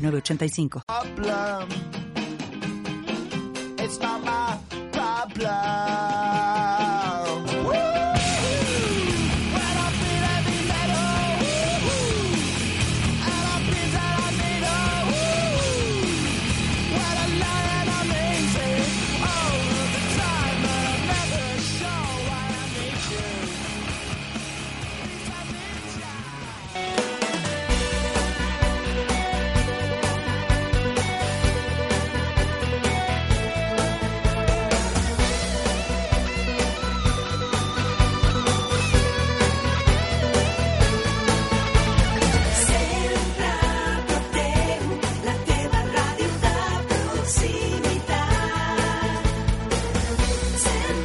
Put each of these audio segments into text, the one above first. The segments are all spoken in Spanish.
985. problem. It's not my problem. Woo! When I feel heavy metal, woo! and I feel that I need a woo! When I lie and I'm lazy, all of the time, but I never show why I need you. La teva ràdio de proximitat. 102.5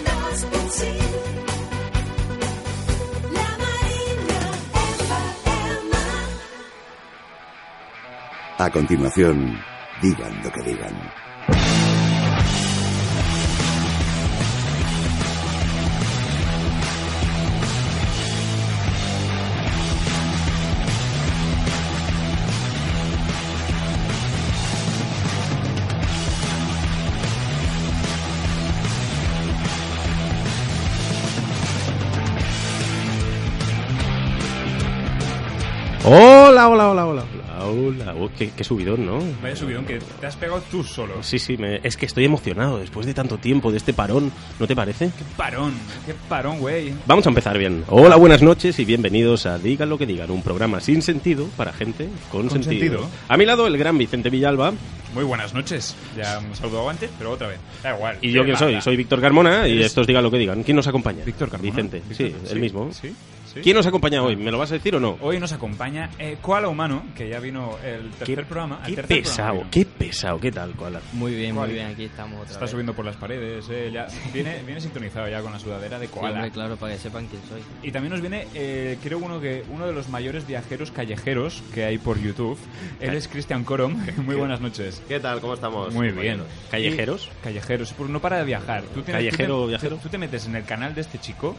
La Marina FM. A continuación, digan lo que digan. Hola, hola, hola, hola. Hola, hola. Uh, qué, qué subidón, ¿no? Vaya subidón que te has pegado tú solo. Sí, sí, me- es que estoy emocionado después de tanto tiempo, de este parón, ¿no te parece? Parón, qué parón, güey. Vamos a empezar bien. Hola, buenas noches y bienvenidos a Digan lo que digan, un programa sin sentido para gente con, Con sentido. sentido. A mi lado el gran Vicente Villalba Muy buenas noches. Ya me he saludado antes, pero otra vez. Da igual. y yo que quién soy, soy Víctor Carmona y Eres- estos Digan lo que digan. ¿Quién nos acompaña? Víctor Carmona. Vicente, Víctor, sí, el mismo. Sí, sí. ¿Quién nos acompaña hoy? ¿Me lo vas a decir o no? Hoy nos acompaña eh, Koala Humano, que ya vino el tercer programa. al qué tercer pesado, programa qué pesado, qué tal, Koala. Muy bien, ¿Cuál? muy bien, aquí estamos otra vino. Está vez. subiendo por las paredes, eh, ya. Viene, viene sintonizado ya con la sudadera de Sí, Koala. hombre, claro, para que sepan quién soy. Y también nos viene, eh, creo, uno, que, uno de los mayores viajeros callejeros que hay por YouTube. Él es Cristian Corom. Muy buenas noches. ¿Qué tal? ¿Cómo estamos? Muy bien. compañeros? ¿Callejeros? Callejeros, pues no para de viajar. Tú tienes- Callejero, tú te- viajero. Tú te metes en el canal de este chico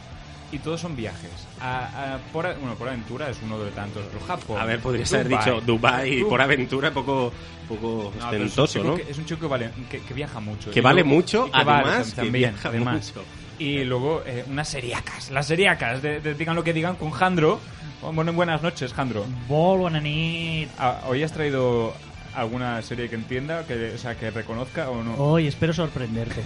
y todos son viajes. A, a- por, bueno, por aventura es uno de tantos. Pero Japón. A ver, podrías Dubái. haber dicho Dubai Du- por aventura, poco, poco No, pero es un ostentoso, chico ¿no? que- es un chico que, vale- que- que viaja mucho. Que Y vale luego- mucho, y que vale además, que también, viaja además. mucho. Y luego eh, unas seriacas. Las seriacas, de- de- digan lo que digan con Jandro. Bueno, buenas noches, Jandro. Bol, bona nit. Ah, ¿Hoy has traído alguna serie que entienda, que, o sea, que reconozca o no? Hoy espero sorprenderte.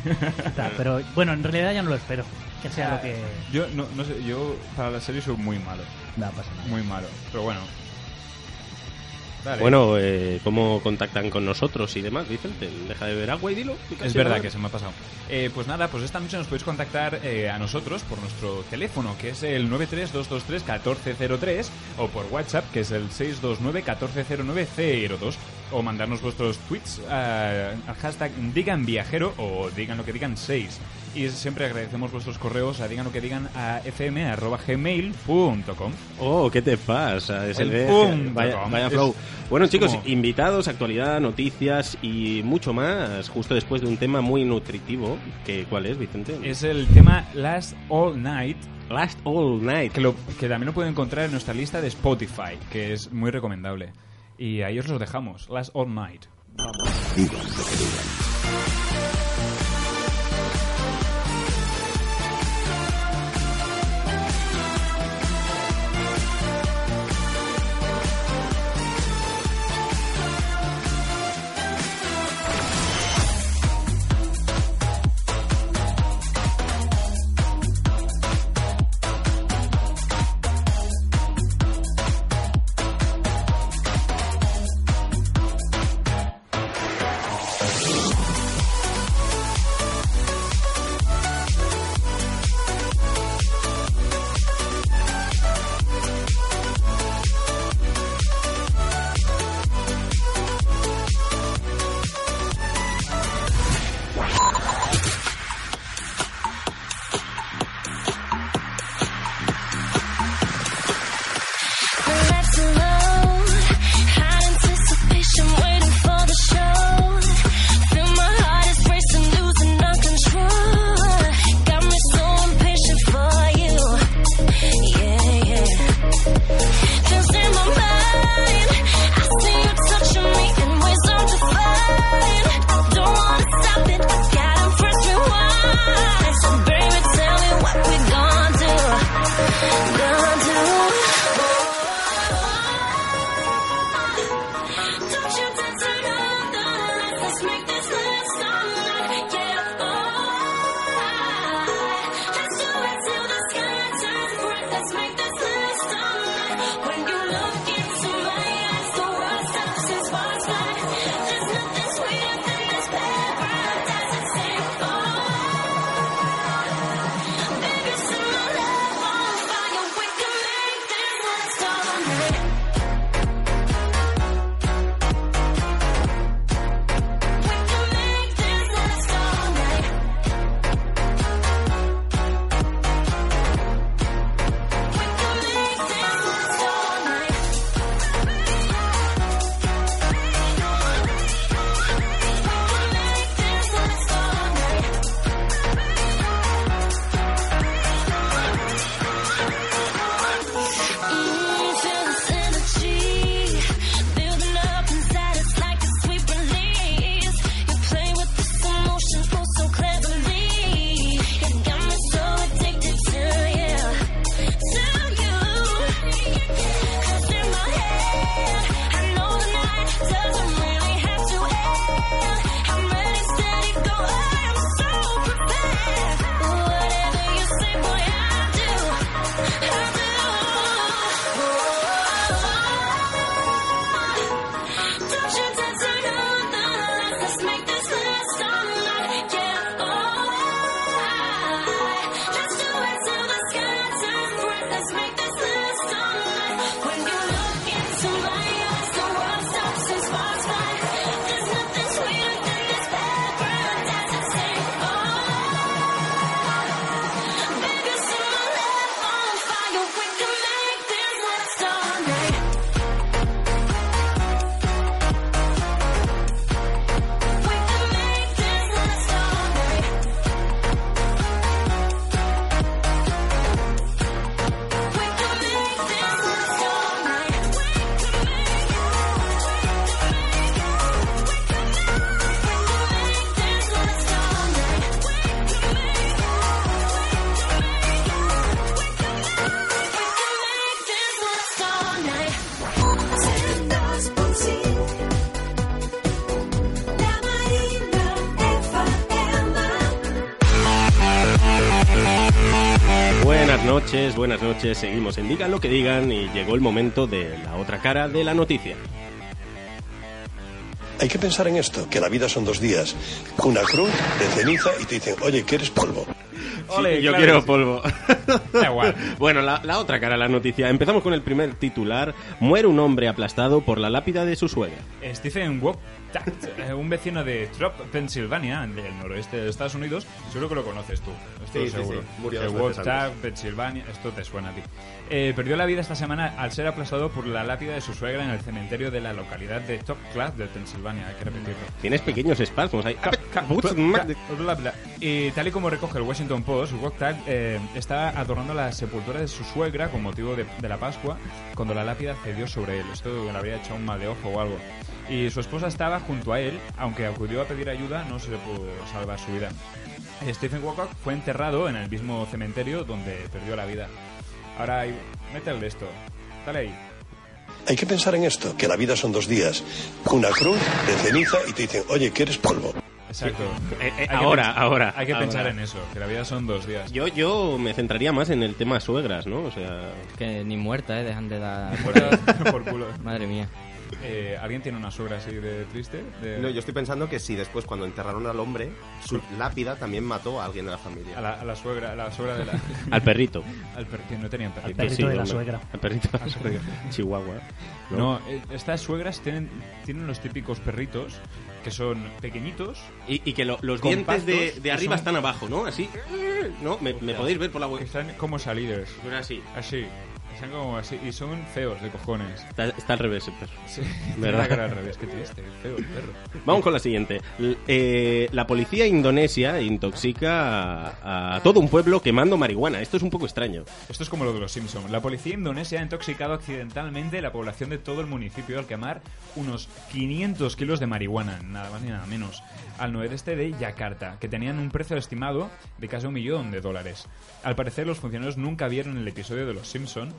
Ta, Pero bueno, en realidad ya no lo espero. Que sea lo que. Yo no, no sé, yo para la serie soy muy malo, No pasa nada. muy malo, pero bueno. Dale. Bueno, eh, ¿cómo contactan con nosotros y demás, Vicente? Deja de ver agua y dilo. Es verdad que se me ha pasado. Eh, pues nada, pues esta noche nos podéis contactar eh, a nosotros por nuestro teléfono, que es el 932231403, o por WhatsApp, que es el 629140902, o mandarnos vuestros tweets eh, al hashtag digan viajero o digan lo que digan 6. Y siempre agradecemos vuestros correos a digan lo que digan a fm.gmail.com. Oh, ¿qué te pasa? Es el, El de- pum. Vaya, Com. vaya Es- flow. Bueno, es chicos, como- invitados, actualidad, noticias y mucho más, justo después de un tema muy nutritivo. Que, ¿Cuál es, Vicente? Es el tema Last All Night, Last All Night. que, lo, que también lo pueden encontrar en nuestra lista de Spotify, que es muy recomendable. Y ahí os los dejamos, Last All Night. Digan lo que digan. Oh, noches, buenas noches. Seguimos en Digan lo que digan y llegó el momento de la otra cara de la noticia. Hay que pensar en esto, que la vida son dos días. Una cruz de ceniza y te dicen, oye, que eres polvo. Ole, Sí, yo claro quiero que sí. polvo. Da igual. Bueno, la, la otra cara de la noticia. Empezamos con el primer titular. Muere un hombre aplastado por la lápida de su suegra. Eh, Stephen Woptat, eh, un vecino de Trop, Pensilvania, del noroeste de Estados Unidos, seguro que lo conoces tú. Estoy Sí, sí, seguro. sí, murió Eh, dos veces Woptat, Pensilvania, esto te suena a ti. Eh, perdió la vida esta semana al ser aplastado por la lápida de su suegra en el cementerio de la localidad de Top Club de Pensilvania, hay que repetirlo. Tienes pequeños espasmos ah, ahí. Ca- ca- pues, Bla, bla. Y tal y como recoge el Washington Post, Woktak eh, está adornando la sepultura de su suegra con motivo de, de la Pascua cuando la lápida cedió sobre él. Esto le habría hecho un mal de ojo o algo. Y su esposa estaba junto a él, aunque acudió a pedir ayuda, no se le pudo salvar su vida. Eh, Stephen Woktak fue enterrado en el mismo cementerio donde perdió la vida. Ahora, Ivo, métele esto. Dale ahí. Hay que pensar en esto, que la vida son dos días. Una cruz de ceniza y te dicen, oye, que eres polvo. Exacto. Eh, eh, Hay que ahora, pens- ahora. Hay que ahora. pensar en eso, que la vida son dos días. Yo, yo me centraría más en el tema suegras, ¿no? O sea, Que ni muerta, ¿eh? Dejan de dar... por culo. Madre mía. Eh, ¿Alguien tiene una suegra así de triste? De- No, yo estoy pensando que si después cuando enterraron al hombre, su lápida también mató a alguien de la familia. a, la, a la suegra, a la suegra de la... al perrito. al per- que no tenían perrito. perrito de la hombre. suegra. Al perrito de la suegra. Chihuahua. ¿no? No, eh, estas suegras tienen, tienen los típicos perritos que son pequeñitos. Y, y que lo- los Con dientes de, pastos de que arriba son- están abajo, ¿no? Así. ¿No? Me, me podéis ver por la que web. Están como salidos. Así. Así. Están como así. Y son feos de cojones. Está, está al revés el perro. Sí. ¿Verdad? La cara al revés. Qué triste. qué Feo el perro. Vamos con la siguiente. L- eh, la policía indonesia intoxica a, a todo un pueblo quemando marihuana. Esto es un poco extraño. Esto es como lo de los Simpsons. La policía indonesia ha intoxicado accidentalmente la población de todo el municipio al quemar unos 500 kilos de marihuana, nada más ni nada menos, al noreste de Yakarta, que tenían un precio estimado de casi un millón de dólares. Al parecer, los funcionarios nunca vieron el episodio de los Simpsons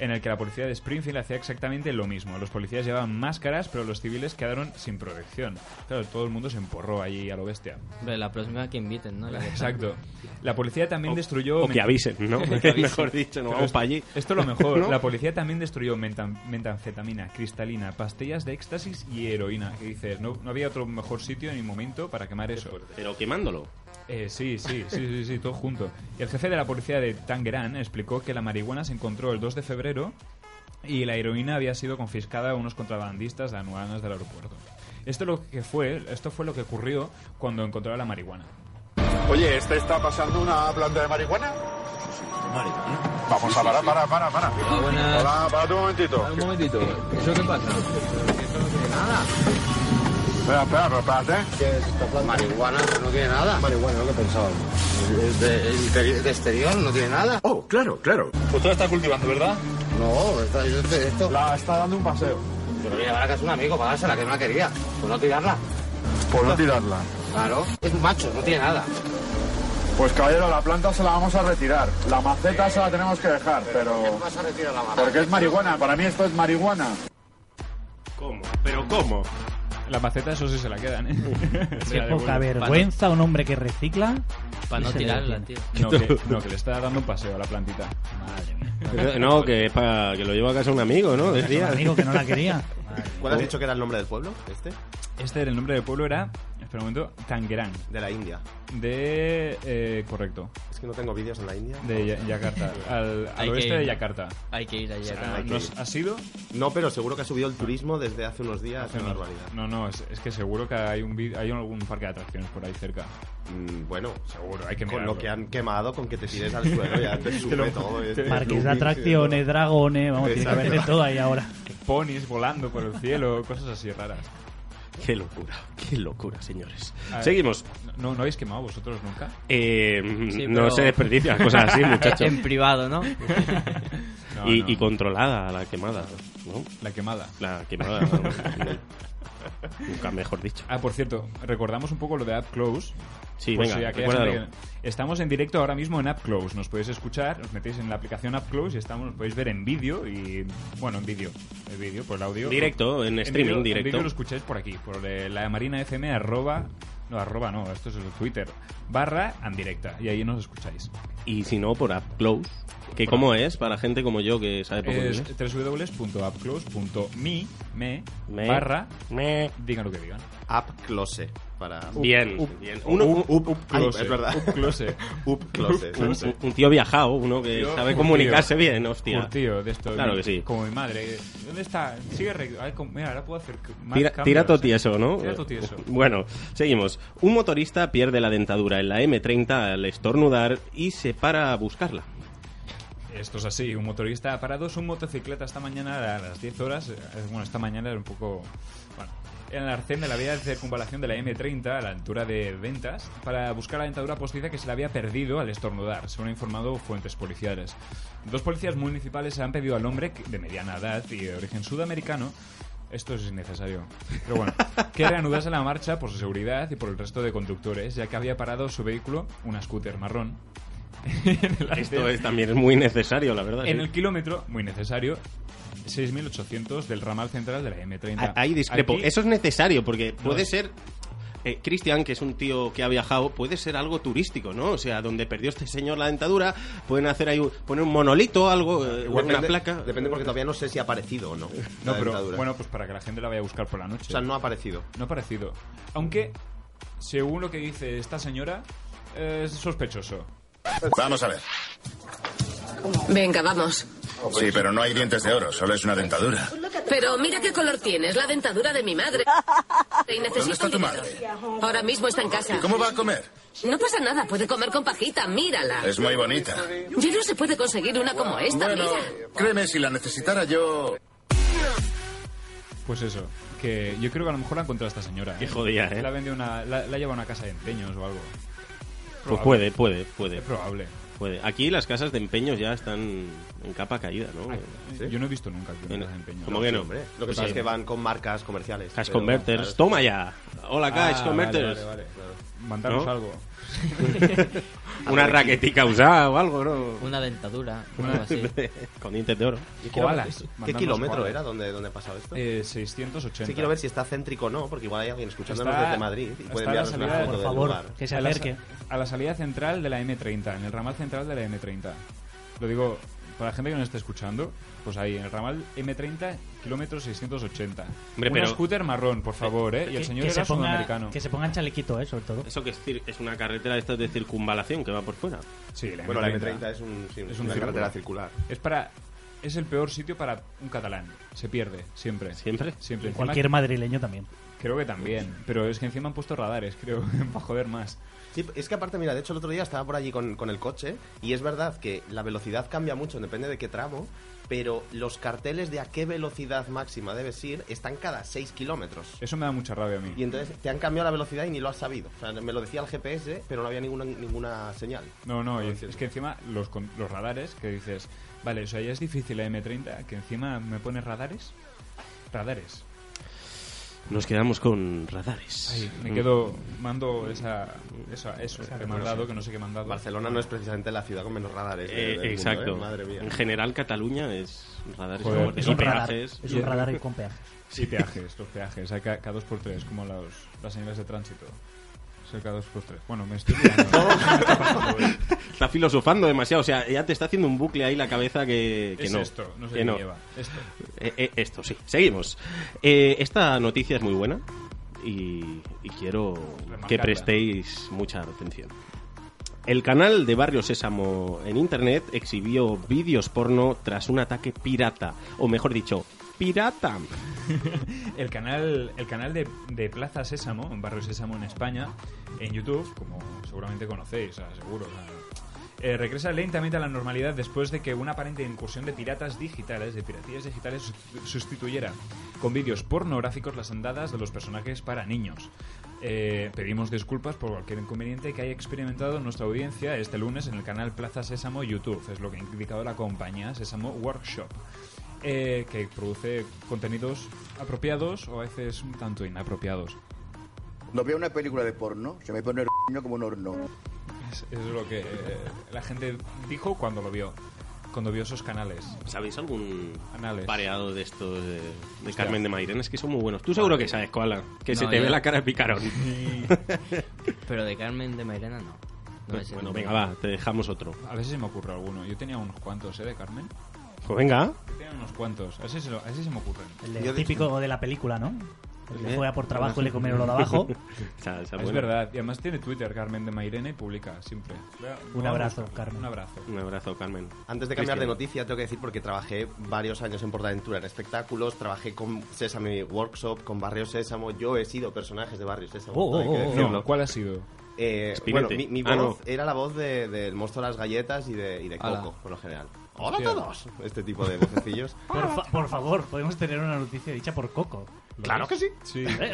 en el que la policía de Springfield hacía exactamente lo mismo. Los policías llevaban máscaras, pero los civiles quedaron sin protección. Claro, todo el mundo se emporró allí a lo bestia. Hombre, la próxima que inviten, ¿no? La que- Exacto. La policía también destruyó... O que avisen, ¿no? Que avisen. Mejor dicho, no vamos esto- para allí. Esto es lo mejor. ¿No? La policía también destruyó mentan- metanfetamina, cristalina, pastillas de éxtasis y heroína. Y dices, no, no había otro mejor sitio ni momento para quemar eso. Pero quemándolo. Eh, sí, sí, sí, sí, sí, todo junto. Y el jefe de la policía de Tangerán explicó que la marihuana se encontró el 2 de febrero y la heroína había sido confiscada a unos contrabandistas de aduanas del aeropuerto. Esto, lo que fue, esto fue lo que ocurrió cuando encontraron la marihuana. Oye, ¿este está pasando una planta de marihuana? Vamos a parar, para, para, para. Hola, parate un momentito. Un momentito. ¿Eso qué pasa? Nada. Espera, espera, pero espérate. Marihuana no tiene nada. Marihuana, lo que pensaba. De, exterior no tiene nada. Oh, claro, claro. Usted está cultivando, ¿verdad? No, está, esto. La está dando un paseo. Yo le voy a llevar a casa a un amigo para dársela, que no la quería. Pues no tirarla. Por no tirarla. Claro. Es un macho, no tiene nada. Pues caballero, la planta se la vamos a retirar. La maceta se la tenemos que dejar, pero... vas a retirar la Porque es marihuana, para mí esto es marihuana. ¿Cómo? ¿Pero cómo? La maceta, eso sí se la quedan, ¿eh? Se Qué la poca devuelven. vergüenza un hombre que recicla. Para no Se le tirarla, tío. detiene. No que, no, que le está dando un paseo a la plantita. Madre mía. No, que es para que lo lleva a casa un amigo, ¿no? Un Decía. amigo que no la quería. ¿Cuál has dicho que era el nombre del pueblo? Este. Este era el nombre del pueblo, era, espera un momento, Tangerang. De la India. De. eh, correcto. Es que no tengo vídeos en la India. De Ya- Yakarta. Al, al Hay que oeste ir. de Yakarta. Hay que ir allá. Ah, hay que ¿no ir. ¿Ha sido? No, pero seguro que ha subido el turismo desde hace unos días. Una barbaridad. No, no, es, es que seguro que hay un vid- hay algún parque de atracciones por ahí cerca. Mm, bueno, Seguro, hay que con mirarlo. lo que han quemado, con que te tires al suelo, ya te sube lo- todo. te- este Parques de looping, atracciones, sí, dragones, vamos, tiene que haber de todo ahí ahora. Ponis volando por el cielo, cosas así raras. Qué locura, qué locura, señores. A ver. Seguimos. ¿No, ¿No habéis quemado vosotros nunca? Eh, Sí, No pero- se desperdician cosas así, muchachos. En privado, ¿no? No, y, no. y controlada la quemada, ¿no? La quemada. La quemada. ¿no? Nunca mejor dicho. Ah, por cierto, recordamos un poco lo de Up Close. Sí, Por venga, si aquella recuérdalo. gente que- Estamos en directo ahora mismo en Up Close. Nos podéis escuchar, os metéis en la aplicación Up Close y estamos, nos podéis ver en vídeo y. Bueno, en vídeo. El vídeo, por el audio. Directo, en En streaming vídeo- en directo. vídeo lo escucháis por aquí, por eh, la marinafm arroba No, arroba no, esto es el Twitter. Barra Andirecta. Y ahí nos escucháis. Y si no, por Up Close. Que cómo es para gente como yo que sabe poco Es inglés. www.upclose.me me, Me. barra digan lo que digan. Upclose. Para... Up- Bien, up- bien. up- Uno, up- un- up close. Ay, es verdad. Up close. Up close, Un, sí. un- un tío viajado, uno que Tío sabe curtido. comunicarse bien, hostia. Curtido de esto. Claro que sí. Como mi madre. Eh, ¿Dónde está? Sigue recto. A ver, como- mira, ahora puedo hacer más Tira, cambios. tira todo tieso, ¿no? Eh, Tira todo tieso. Bueno, seguimos. Un motorista pierde la dentadura en la M30 al estornudar y se para a buscarla. Esto es así, un motorista ha parado su motocicleta esta mañana a las 10 horas, eh, bueno, esta mañana era un poco... Bueno, en el arcén de la vía de circunvalación de la M30, a la altura de Ventas, para buscar la dentadura postiza que se le había perdido al estornudar, según han informado fuentes policiales. Dos policías municipales han pedido al hombre, que- de mediana edad y de origen sudamericano, esto es innecesario. Pero bueno, que reanudase la marcha por su seguridad y por el resto de conductores, ya que había parado su vehículo, una scooter marrón. en el Esto arcén. es, también es muy necesario, la verdad. En sí. el kilómetro, muy necesario, 6.800 del ramal central de la M30. Ah, Ahí discrepo. Aquí- Eso es necesario porque No. puede ser. eh, Cristian, que es un tío que ha viajado, puede ser algo turístico, ¿no? O sea, donde perdió este señor la dentadura, pueden hacer ahí un, poner un monolito, algo, eh, una placa. Depende porque todavía no sé si ha aparecido o no. No, la pero dentadura. bueno, pues para que la gente la vaya a buscar por la noche. O sea, no ha aparecido. No ha aparecido. Aunque, según lo que dice esta señora, eh, es sospechoso. Vamos a ver. Venga, vamos. Sí, pero no hay dientes de oro, solo es una dentadura. Pero mira qué color tienes, la dentadura de mi madre. Y necesito ¿Dónde está tu dinero. Ahora mismo está en casa. ¿Y cómo va a comer? No pasa nada, puede comer con pajita, mírala. Es muy bonita. Ya no se puede conseguir una como esta, Bueno, mira. créeme, si la necesitara yo... Pues eso, que yo creo que a lo mejor la ha encontrado esta señora. Qué jodida, ¿eh? La, vende una, la, la lleva a una casa de empeños o algo. Pues Probable. puede, puede, puede. Es probable. Puede. Aquí las casas de empeños ya están en capa caída, ¿no? Yo no he visto nunca aquí una En- casa de empeños. ¿Cómo que no? Hombre, lo que pasa es que van con marcas comerciales. Cash pero- Converters. claro, es- Toma ya. Hola, Cash Ah, Converters. vale, vale, vale, claro. Mandaros ¿No? algo. Una raquetica usada o algo, ¿no? Una dentadura. o algo así. Con dientes de oro. Yo quiero ver- ¿Qué kilómetro era donde, donde ha pasado esto? Eh, 680. Sí, quiero ver si está céntrico o no, porque igual hay alguien escuchándonos Está- desde Madrid y puede está a la enviarnos una salida- foto del lugar. A la sa- A la, salida central de la M30, en el ramal central de la M30. Lo digo, para la gente que nos esté escuchando, pues ahí, en el ramal M30, kilómetro 680. Hombre, Un pero- scooter marrón, por favor, ¿eh? Y el señor era sudamericano. Que se pongan chalequito, eh, sobre todo. Eso que es, cir- es una carretera de estas de circunvalación que va por fuera. Sí, la Bueno, la M30. M30 es un- sí, Es es un una círculo. carretera circular. Es para... Es el peor sitio para un catalán. Se pierde, siempre. ¿Siempre? Y Siempre. Encima- Cualquier madrileño también. Creo que también. Pero es que encima han puesto radares, creo, para joder más. Sí, es que aparte, mira, de hecho el otro día estaba por allí con, con el coche y es verdad que la velocidad cambia mucho, depende de qué tramo, pero los carteles de a qué velocidad máxima debes ir están cada 6 kilómetros. Eso me da mucha rabia a mí. Y entonces te han cambiado la velocidad y ni lo has sabido. O sea, me lo decía el GPS, pero no había ninguna, ninguna señal. No, no, y es, es que encima los, con- los radares que dices, vale, o sea, ya es difícil la M30, que encima me pones radares. Radares. Nos quedamos con radares. Ay, me quedo, mando esa, esa- eso que me han dado, que no sé qué me han dado. Barcelona no es precisamente la ciudad con menos radares. de- Eh, del mundo, ¿eh? exacto. Madre mía. En general, Cataluña es radares Joder, y- y peajes. es un radar y con peajes. Sí, peajes, los peajes, a ca- cada dos por tres, como los, las señales de tránsito. O sea, cada dos por tres. Bueno, me estoy liando. Está filosofando demasiado. O sea, ya te está haciendo un bucle ahí la cabeza que, que Es no. esto, no sé que qué lleva. Esto. Eh, eh, esto, sí. Seguimos. Eh, esta noticia es muy buena y, y quiero que Remarcarla. prestéis mucha atención. El canal de Barrio Sésamo en internet exhibió vídeos porno tras un ataque pirata, o mejor dicho, pirata. El canal, el canal de, de Plaza Sésamo, en Barrio Sésamo en España, en YouTube, como seguramente conocéis, o sea, seguro. o sea, eh, regresa lentamente a la normalidad después de que una aparente incursión de piratas digitales, de piratillas digitales, sustitu- sustituyera con vídeos pornográficos las andadas de los personajes para niños. Eh, pedimos disculpas por cualquier inconveniente que haya experimentado nuestra audiencia este lunes en el canal Plaza Sésamo YouTube, es lo que ha indicado la compañía Sésamo Workshop eh, que produce contenidos apropiados o a veces un tanto inapropiados. Cuando veo una película de porno, se me pone el como un horno. Es, es lo que eh, la gente dijo cuando lo vio. cuando vio esos canales. ¿Sabéis algún Anales. pareado de estos de, de Carmen de Mairena? Es que son muy buenos. Tú seguro que sabes, Koala, que se No, te yo- ve la cara de picarón. Pero de Carmen de Mairena no. No me sé bueno, ninguno. venga, va, te dejamos otro. A ver si se me ocurre alguno. Yo tenía unos cuantos, ¿eh? De Carmen. Pues venga. Yo tenía unos cuantos. A ver si se, lo- a ver si se me ocurren. El de- típico de la película, ¿no? El de fue a por trabajo y le comieron lo de abajo. es verdad. Y además tiene Twitter, Carmen de Mairena, y publica siempre. Un No, abrazo, busco. Carmen. Un abrazo. Un abrazo, Carmen. Antes de cambiar de noticia, tengo que decir porque trabajé varios años en Portaventura en espectáculos, trabajé con Sesame Workshop, con Barrio Sésamo, yo he sido personajes de Barrio Sésamo. Oh, oh, hay que oh, oh. decirlo. No, ¿cuál ha sido? Eh, Espinete. bueno, mi, mi voz Ah, no. era la voz de- del monstruo de las galletas y de, y de Ala. Coco, por lo general. ¡Hola Hostia. a todos! Este tipo de vocecillos. Por, fa- por favor, podemos tener una noticia dicha por Coco. ¿Lo ¡Claro ves? que sí!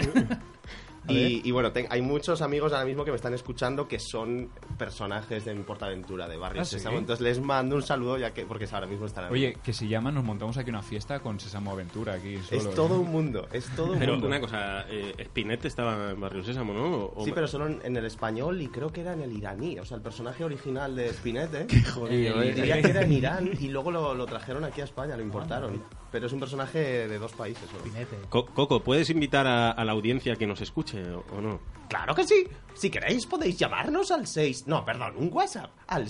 ¿Eh? Y, y bueno, te- hay muchos amigos ahora mismo que me están escuchando que son personajes de mi portaventura de Barrio Ah, ¿sí? Sésamo. Entonces les mando un saludo ya que porque ahora mismo estarán. Oye, que si llaman nos montamos aquí una fiesta con Sésamo Aventura aquí es solo, ¿eh? todo un mundo, es todo un Pero mundo. una cosa, eh, Spinette estaba en Barrio Sésamo, ¿no? O- o- Sí, pero solo en, en el español y creo que era en el iraní. O sea, el personaje original de Spinette. jodido, eh, eh. Diría que era en Irán y luego lo, lo trajeron aquí a España, lo importaron. Pero es un personaje de dos países. solo. Co- Coco, ¿puedes invitar a, a la audiencia que nos escuche o, o no? Claro que sí. Si queréis podéis llamarnos al 6... No, perdón, un WhatsApp. Al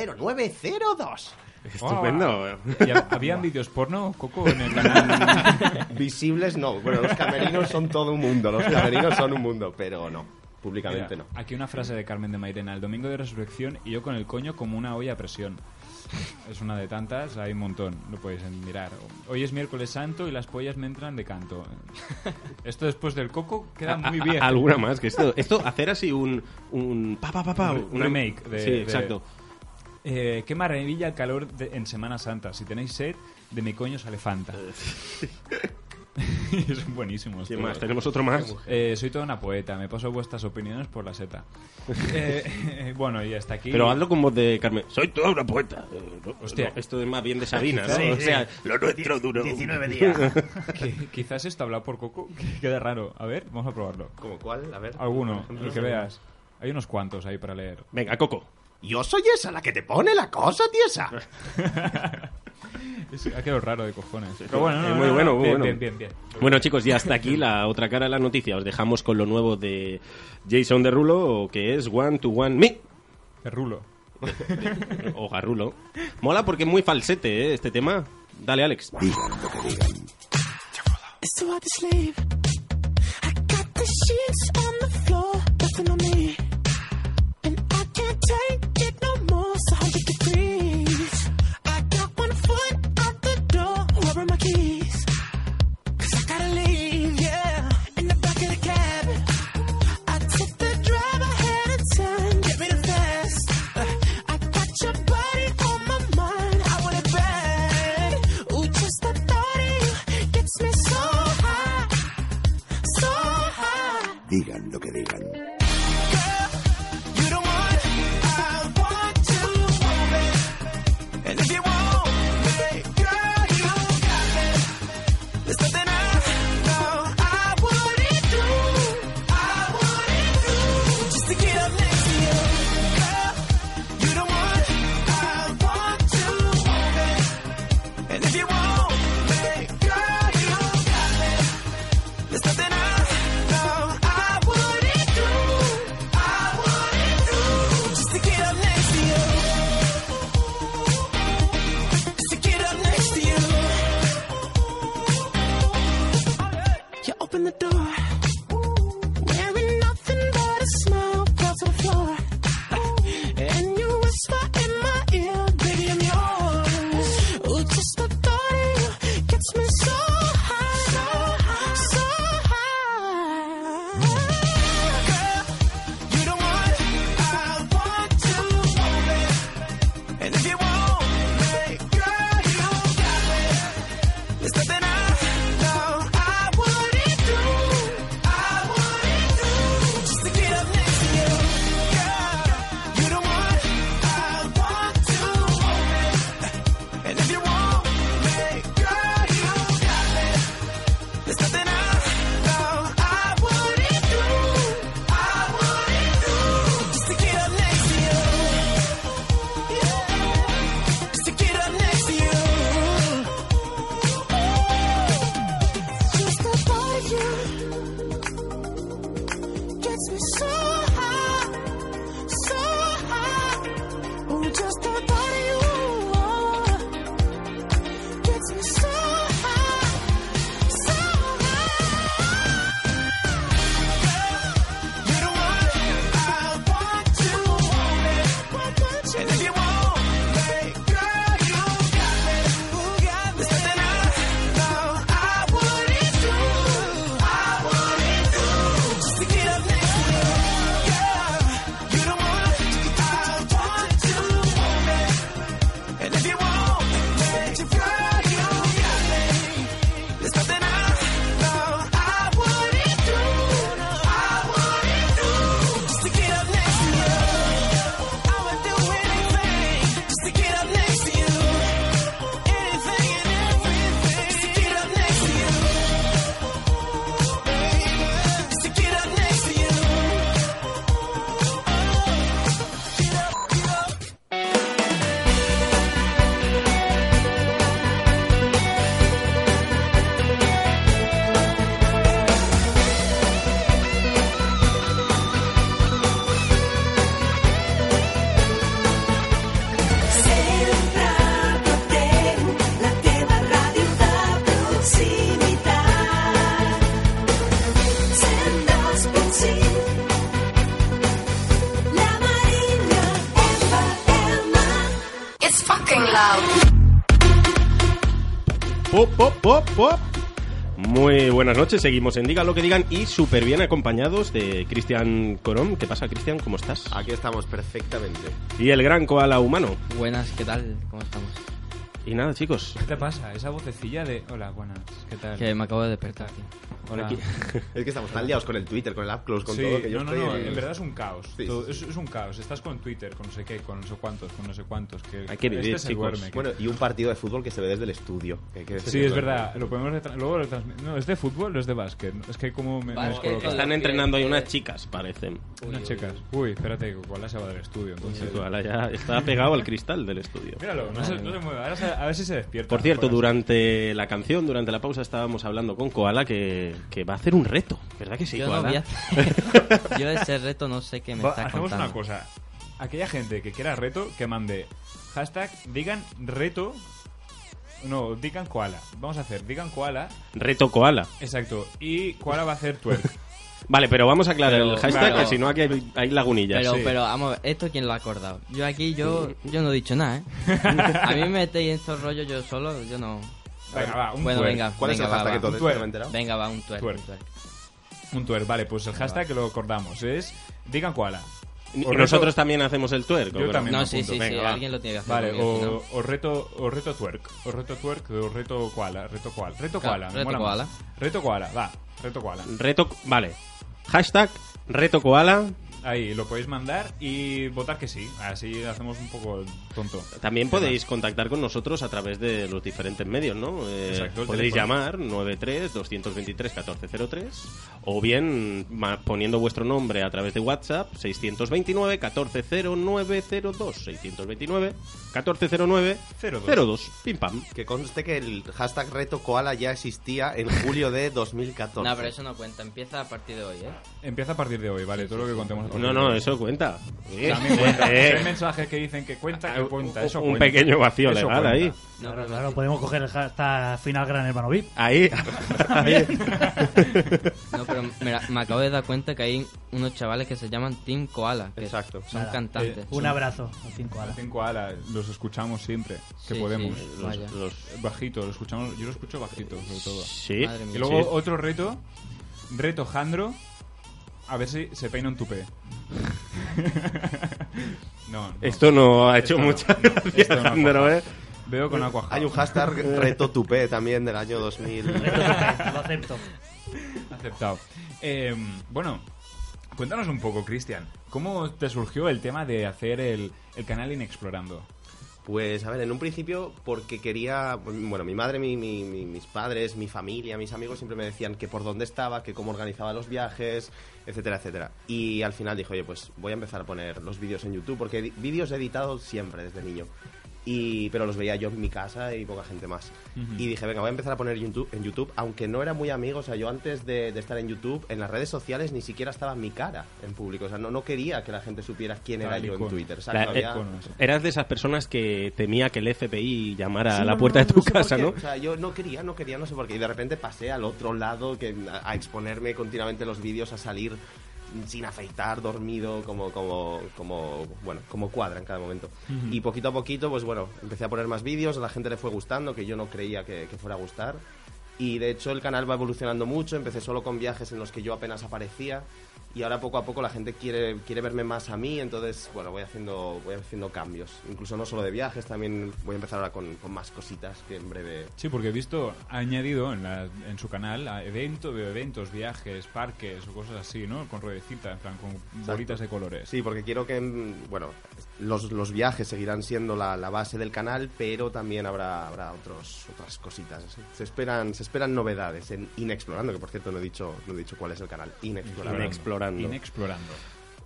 629140902. Estupendo. Ah. ¿Y ha- ¿Habían vídeos porno, Coco, en el canal? Visibles no. Bueno, los camerinos son todo un mundo. Los camerinos son un mundo, pero no. Públicamente Mira, no. Aquí una frase de Carmen de Mairena, el domingo de resurrección y yo con el coño como una olla a presión. Es una de tantas, hay un montón, lo podéis mirar. Hoy es miércoles santo y las pollas me entran de canto. Esto después del coco queda muy A- a- bien. alguna más que esto. Esto, hacer así un. un pa, pa, pa, pa, un una- remake de, Sí, de- exacto. Eh, qué maravilla el calor de- en Semana Santa. Si tenéis sed, de mi coño sale Fanta. Son buenísimos. ¿Quién todos. Eh, más? ¿Tenemos otro más? Eh, soy toda una poeta. Me paso vuestras opiniones por la seta. Eh, bueno, y hasta aquí. Pero hazlo con voz de Carmen. Soy toda una poeta. Eh, no, Hostia. no, esto es más bien de Sabina, ¿no? Sí, o sí. sea, lo nuestro duró. Qui- Quizás esto hablado por Coco que queda raro. A ver, vamos a probarlo. ¿Como cuál? A ver. Alguno, Por ejemplo. el que veas. Hay unos cuantos ahí para leer. Venga, Coco. Yo soy esa, la que te pone la cosa, tiesa. Es- Ha quedado raro de cojones. Pero bueno, no, Eh, no, muy no, bueno, no. muy bien, bueno. bien, bien, bien. Bueno, chicos, y hasta aquí la otra cara de la noticia. Os dejamos con lo nuevo de Jason Derulo, que es One to One Me. Derulo. o Garrulo. Mola porque es muy falsete, ¿eh? Este tema. Dale, Alex. It's too hard to sleep. I got the sheets on the floor, nothing on me. And I can't take it no more, so hold your degrees. I got one foot out the door, where are my keys? Cause I gotta leave, yeah. In the back of the cab. I took the drive ahead of time, get rid of fast. Uh, I got your body on my mind, I want it bad. Ooh, just the thought of you gets me so high, so high. Digan lo que digan. You don't want, I want to hold it. And if you want me, girl, you got me. There's nothing I know I wouldn't do, I wouldn't do just to get up next to you. Girl, you don't want, I want to hold it. And if you want me, girl, you got me. There's nothing I know I wouldn't do, I wouldn't do just to get up next to you. Just to get up next to you. You open the door, wearing nothing but a smile, fell to the floor, and you whisper in my ear, baby I'm yours. Ooh, just the thought of you gets me so high, so high, so high. Girl, you the one I want to hold it, and if you want me, girl, you got me. There's nothing I know I wouldn't do. pop, pop, pop, pop. Muy buenas noches, seguimos en Digan lo que digan y súper bien acompañados de Cristian Corón. ¿Qué pasa, Cristian? ¿Cómo estás? Aquí estamos perfectamente. Y el gran koala humano. Buenas, ¿qué tal? ¿Cómo estamos? Y nada, chicos. ¿Qué te pasa? Esa vocecilla de. Hola, buenas, ¿qué tal? Que me acabo de despertar, tío. Hola. Aquí- Es que estamos tan liados con el Twitter, con el AppClose, con Sí, todo que yo no, no, estoy no, en- en verdad es un caos. Sí, Todo- sí, Es, es un caos. Estás con Twitter, con no sé qué, con no sé cuántos, con no sé cuántos. Que Hay que vivir, este se chicos. duerme, que- Bueno, este y un partido de fútbol que se ve desde el estudio. que hay que Sí, es decirlo. verdad. Lo podemos retra- luego lo transmi- No, es de fútbol, no es de básquet. Es que como me, me Básquet, descoloco. Están entrenando ahí unas chicas, parecen. Unas chicas. Uy, espérate, que Koala se va del estudio. entonces. El koala ya está pegado al cristal del estudio. Míralo, no se, no se mueve. Ahora se- a ver si se despierta. Por cierto, durante la canción, durante la pausa, estábamos hablando con Koala que, que va a hacer un reto, ¿verdad que sí, yo no Koala? voy a hacer- Yo ese reto no sé qué me Va, está hacemos contando. una cosa. Aquella gente que quiera reto, que mande hashtag digan reto. No, digan koala. Vamos a hacer, digan koala. Reto Koala. Exacto. Y koala va a hacer twerk. Vale, pero vamos a aclarar Pero- el hashtag, claro. que si no aquí hay, hay lagunillas. Pero, Sí. pero, vamos, a ver, ¿esto quién lo ha acordado? Yo aquí, yo, yo no he dicho nada, ¿eh? A mí me metéis en estos rollos yo solo, yo no... Venga, va, un Bueno, twerk. venga, ¿Cuál es venga, el va, hashtag va. entonces? Un twerk. ¿No me he enterado? Venga, va, un twerk. Twerk. un twerk. Un twerk, vale, pues el Venga, hashtag que lo acordamos es digan koala. Y O nosotros reto- también hacemos el twerk, ¿o Yo qué? también. No, me sí, apunto. sí, sí, va. alguien lo tiene que hacer Vale, conmigo, si o, o reto, o reto twerk. O reto twerk, o reto koala. Reto koala. Reto Claro, koala. me reto mola más. koala. Reto koala, va. Reto koala. Reto, vale. Hashtag Reto Koala. Ahí, lo podéis mandar y votar que sí. Así hacemos un poco el tonto. También podéis contactar con nosotros a través de los diferentes medios, ¿no? Eh, Exacto, el podéis teléfono. llamar 93-223-1403 o bien ma- poniendo vuestro nombre a través de WhatsApp 629-140902. 629-140902. Pim pam. Que conste que el hashtag reto koala ya existía en julio de 2014. No, pero eso no cuenta, empieza a partir de hoy, ¿eh? Empieza a partir de hoy, ¿vale? Todo lo que contemos. a partir No, de no, hoy. eso cuenta. También cuenta. Eh, Hay mensajes que dicen que cuenta, que cuenta. Eso Ah, un cuenta. pequeño vacío Eso legal cuenta. ahí. Claro, claro, podemos coger hasta final Gran Hermano VIP. Ahí. No, pero me, la- me acabo de dar cuenta que hay unos chavales que se llaman Team Koala. Que Exacto. Son Nada. cantantes. Eh, Son- un abrazo a Cinco Ala. Cinco ala, los escuchamos siempre que Sí, podemos. sí, los, vaya. los- bajito, los escuchamos, yo lo escucho bajito sobre todo. Sí. Madre mía. Y luego Sí. otro reto, reto Jandro, a ver si se peina un tupé. no, no. Esto no ha hecho mucha gracia, esto no ha Jandro, cuajado. ¿eh? Veo con agua. Hay un hashtag reto tupé también del año 2000. lo acepto. Aceptado. Eh, bueno, cuéntanos un poco, Cristian, ¿cómo te surgió el tema de hacer el, el canal Inexplorando? Pues a ver, en un principio porque quería, bueno, mi madre, mi- mi- mi- mis padres, mi familia, mis amigos siempre me decían que por dónde estaba, que cómo organizaba los viajes, etcétera, etcétera. Y al final dije, oye, pues voy a empezar a poner los vídeos en YouTube porque edi- vídeos he editado siempre desde niño. Y, pero los veía yo en mi casa y poca gente más. Ujú. Y dije, venga, voy a empezar a poner YouTube, en YouTube, aunque no era muy amigo, o sea, yo antes de, de estar en YouTube, en las redes sociales ni siquiera estaba mi cara en público, o sea, no, no quería que la gente supiera quién era Claro, yo en icono. Twitter. o sea, La- no eh, había- eras de esas personas que temía que el FBI llamara Sí, a la no, puerta no, de no tu sé por casa, qué. ¿no? O sea, yo no quería, no quería, no sé por qué. Y de repente pasé al otro lado que, a, a exponerme continuamente los vídeos, a salir sin afeitar, dormido, como, como, como, bueno, como cuadra en cada momento. Ujú. Y poquito a poquito, pues bueno, empecé a poner más vídeos, a la gente le fue gustando, que yo no creía que, que fuera a gustar. Y de hecho el canal va evolucionando mucho, empecé solo con viajes en los que yo apenas aparecía y ahora poco a poco la gente quiere, quiere verme más a mí, entonces bueno, voy haciendo, voy haciendo cambios. Incluso no solo de viajes, también voy a empezar ahora con, con más cositas que en breve... Sí, porque he visto, ha añadido en, la- en su canal a evento, eventos, viajes, parques o cosas así, ¿no? Con ruedecita, en plan, con bolitas de colores. Sí, porque quiero que, mm, bueno, los, los viajes seguirán siendo la, la base del canal, pero también habrá, habrá otros, otras cositas. Se esperan, se esperan novedades en Inexplorando, que por cierto no he dicho, no he dicho cuál es el canal. Inexplorando. Inexplorando. Inexplorando.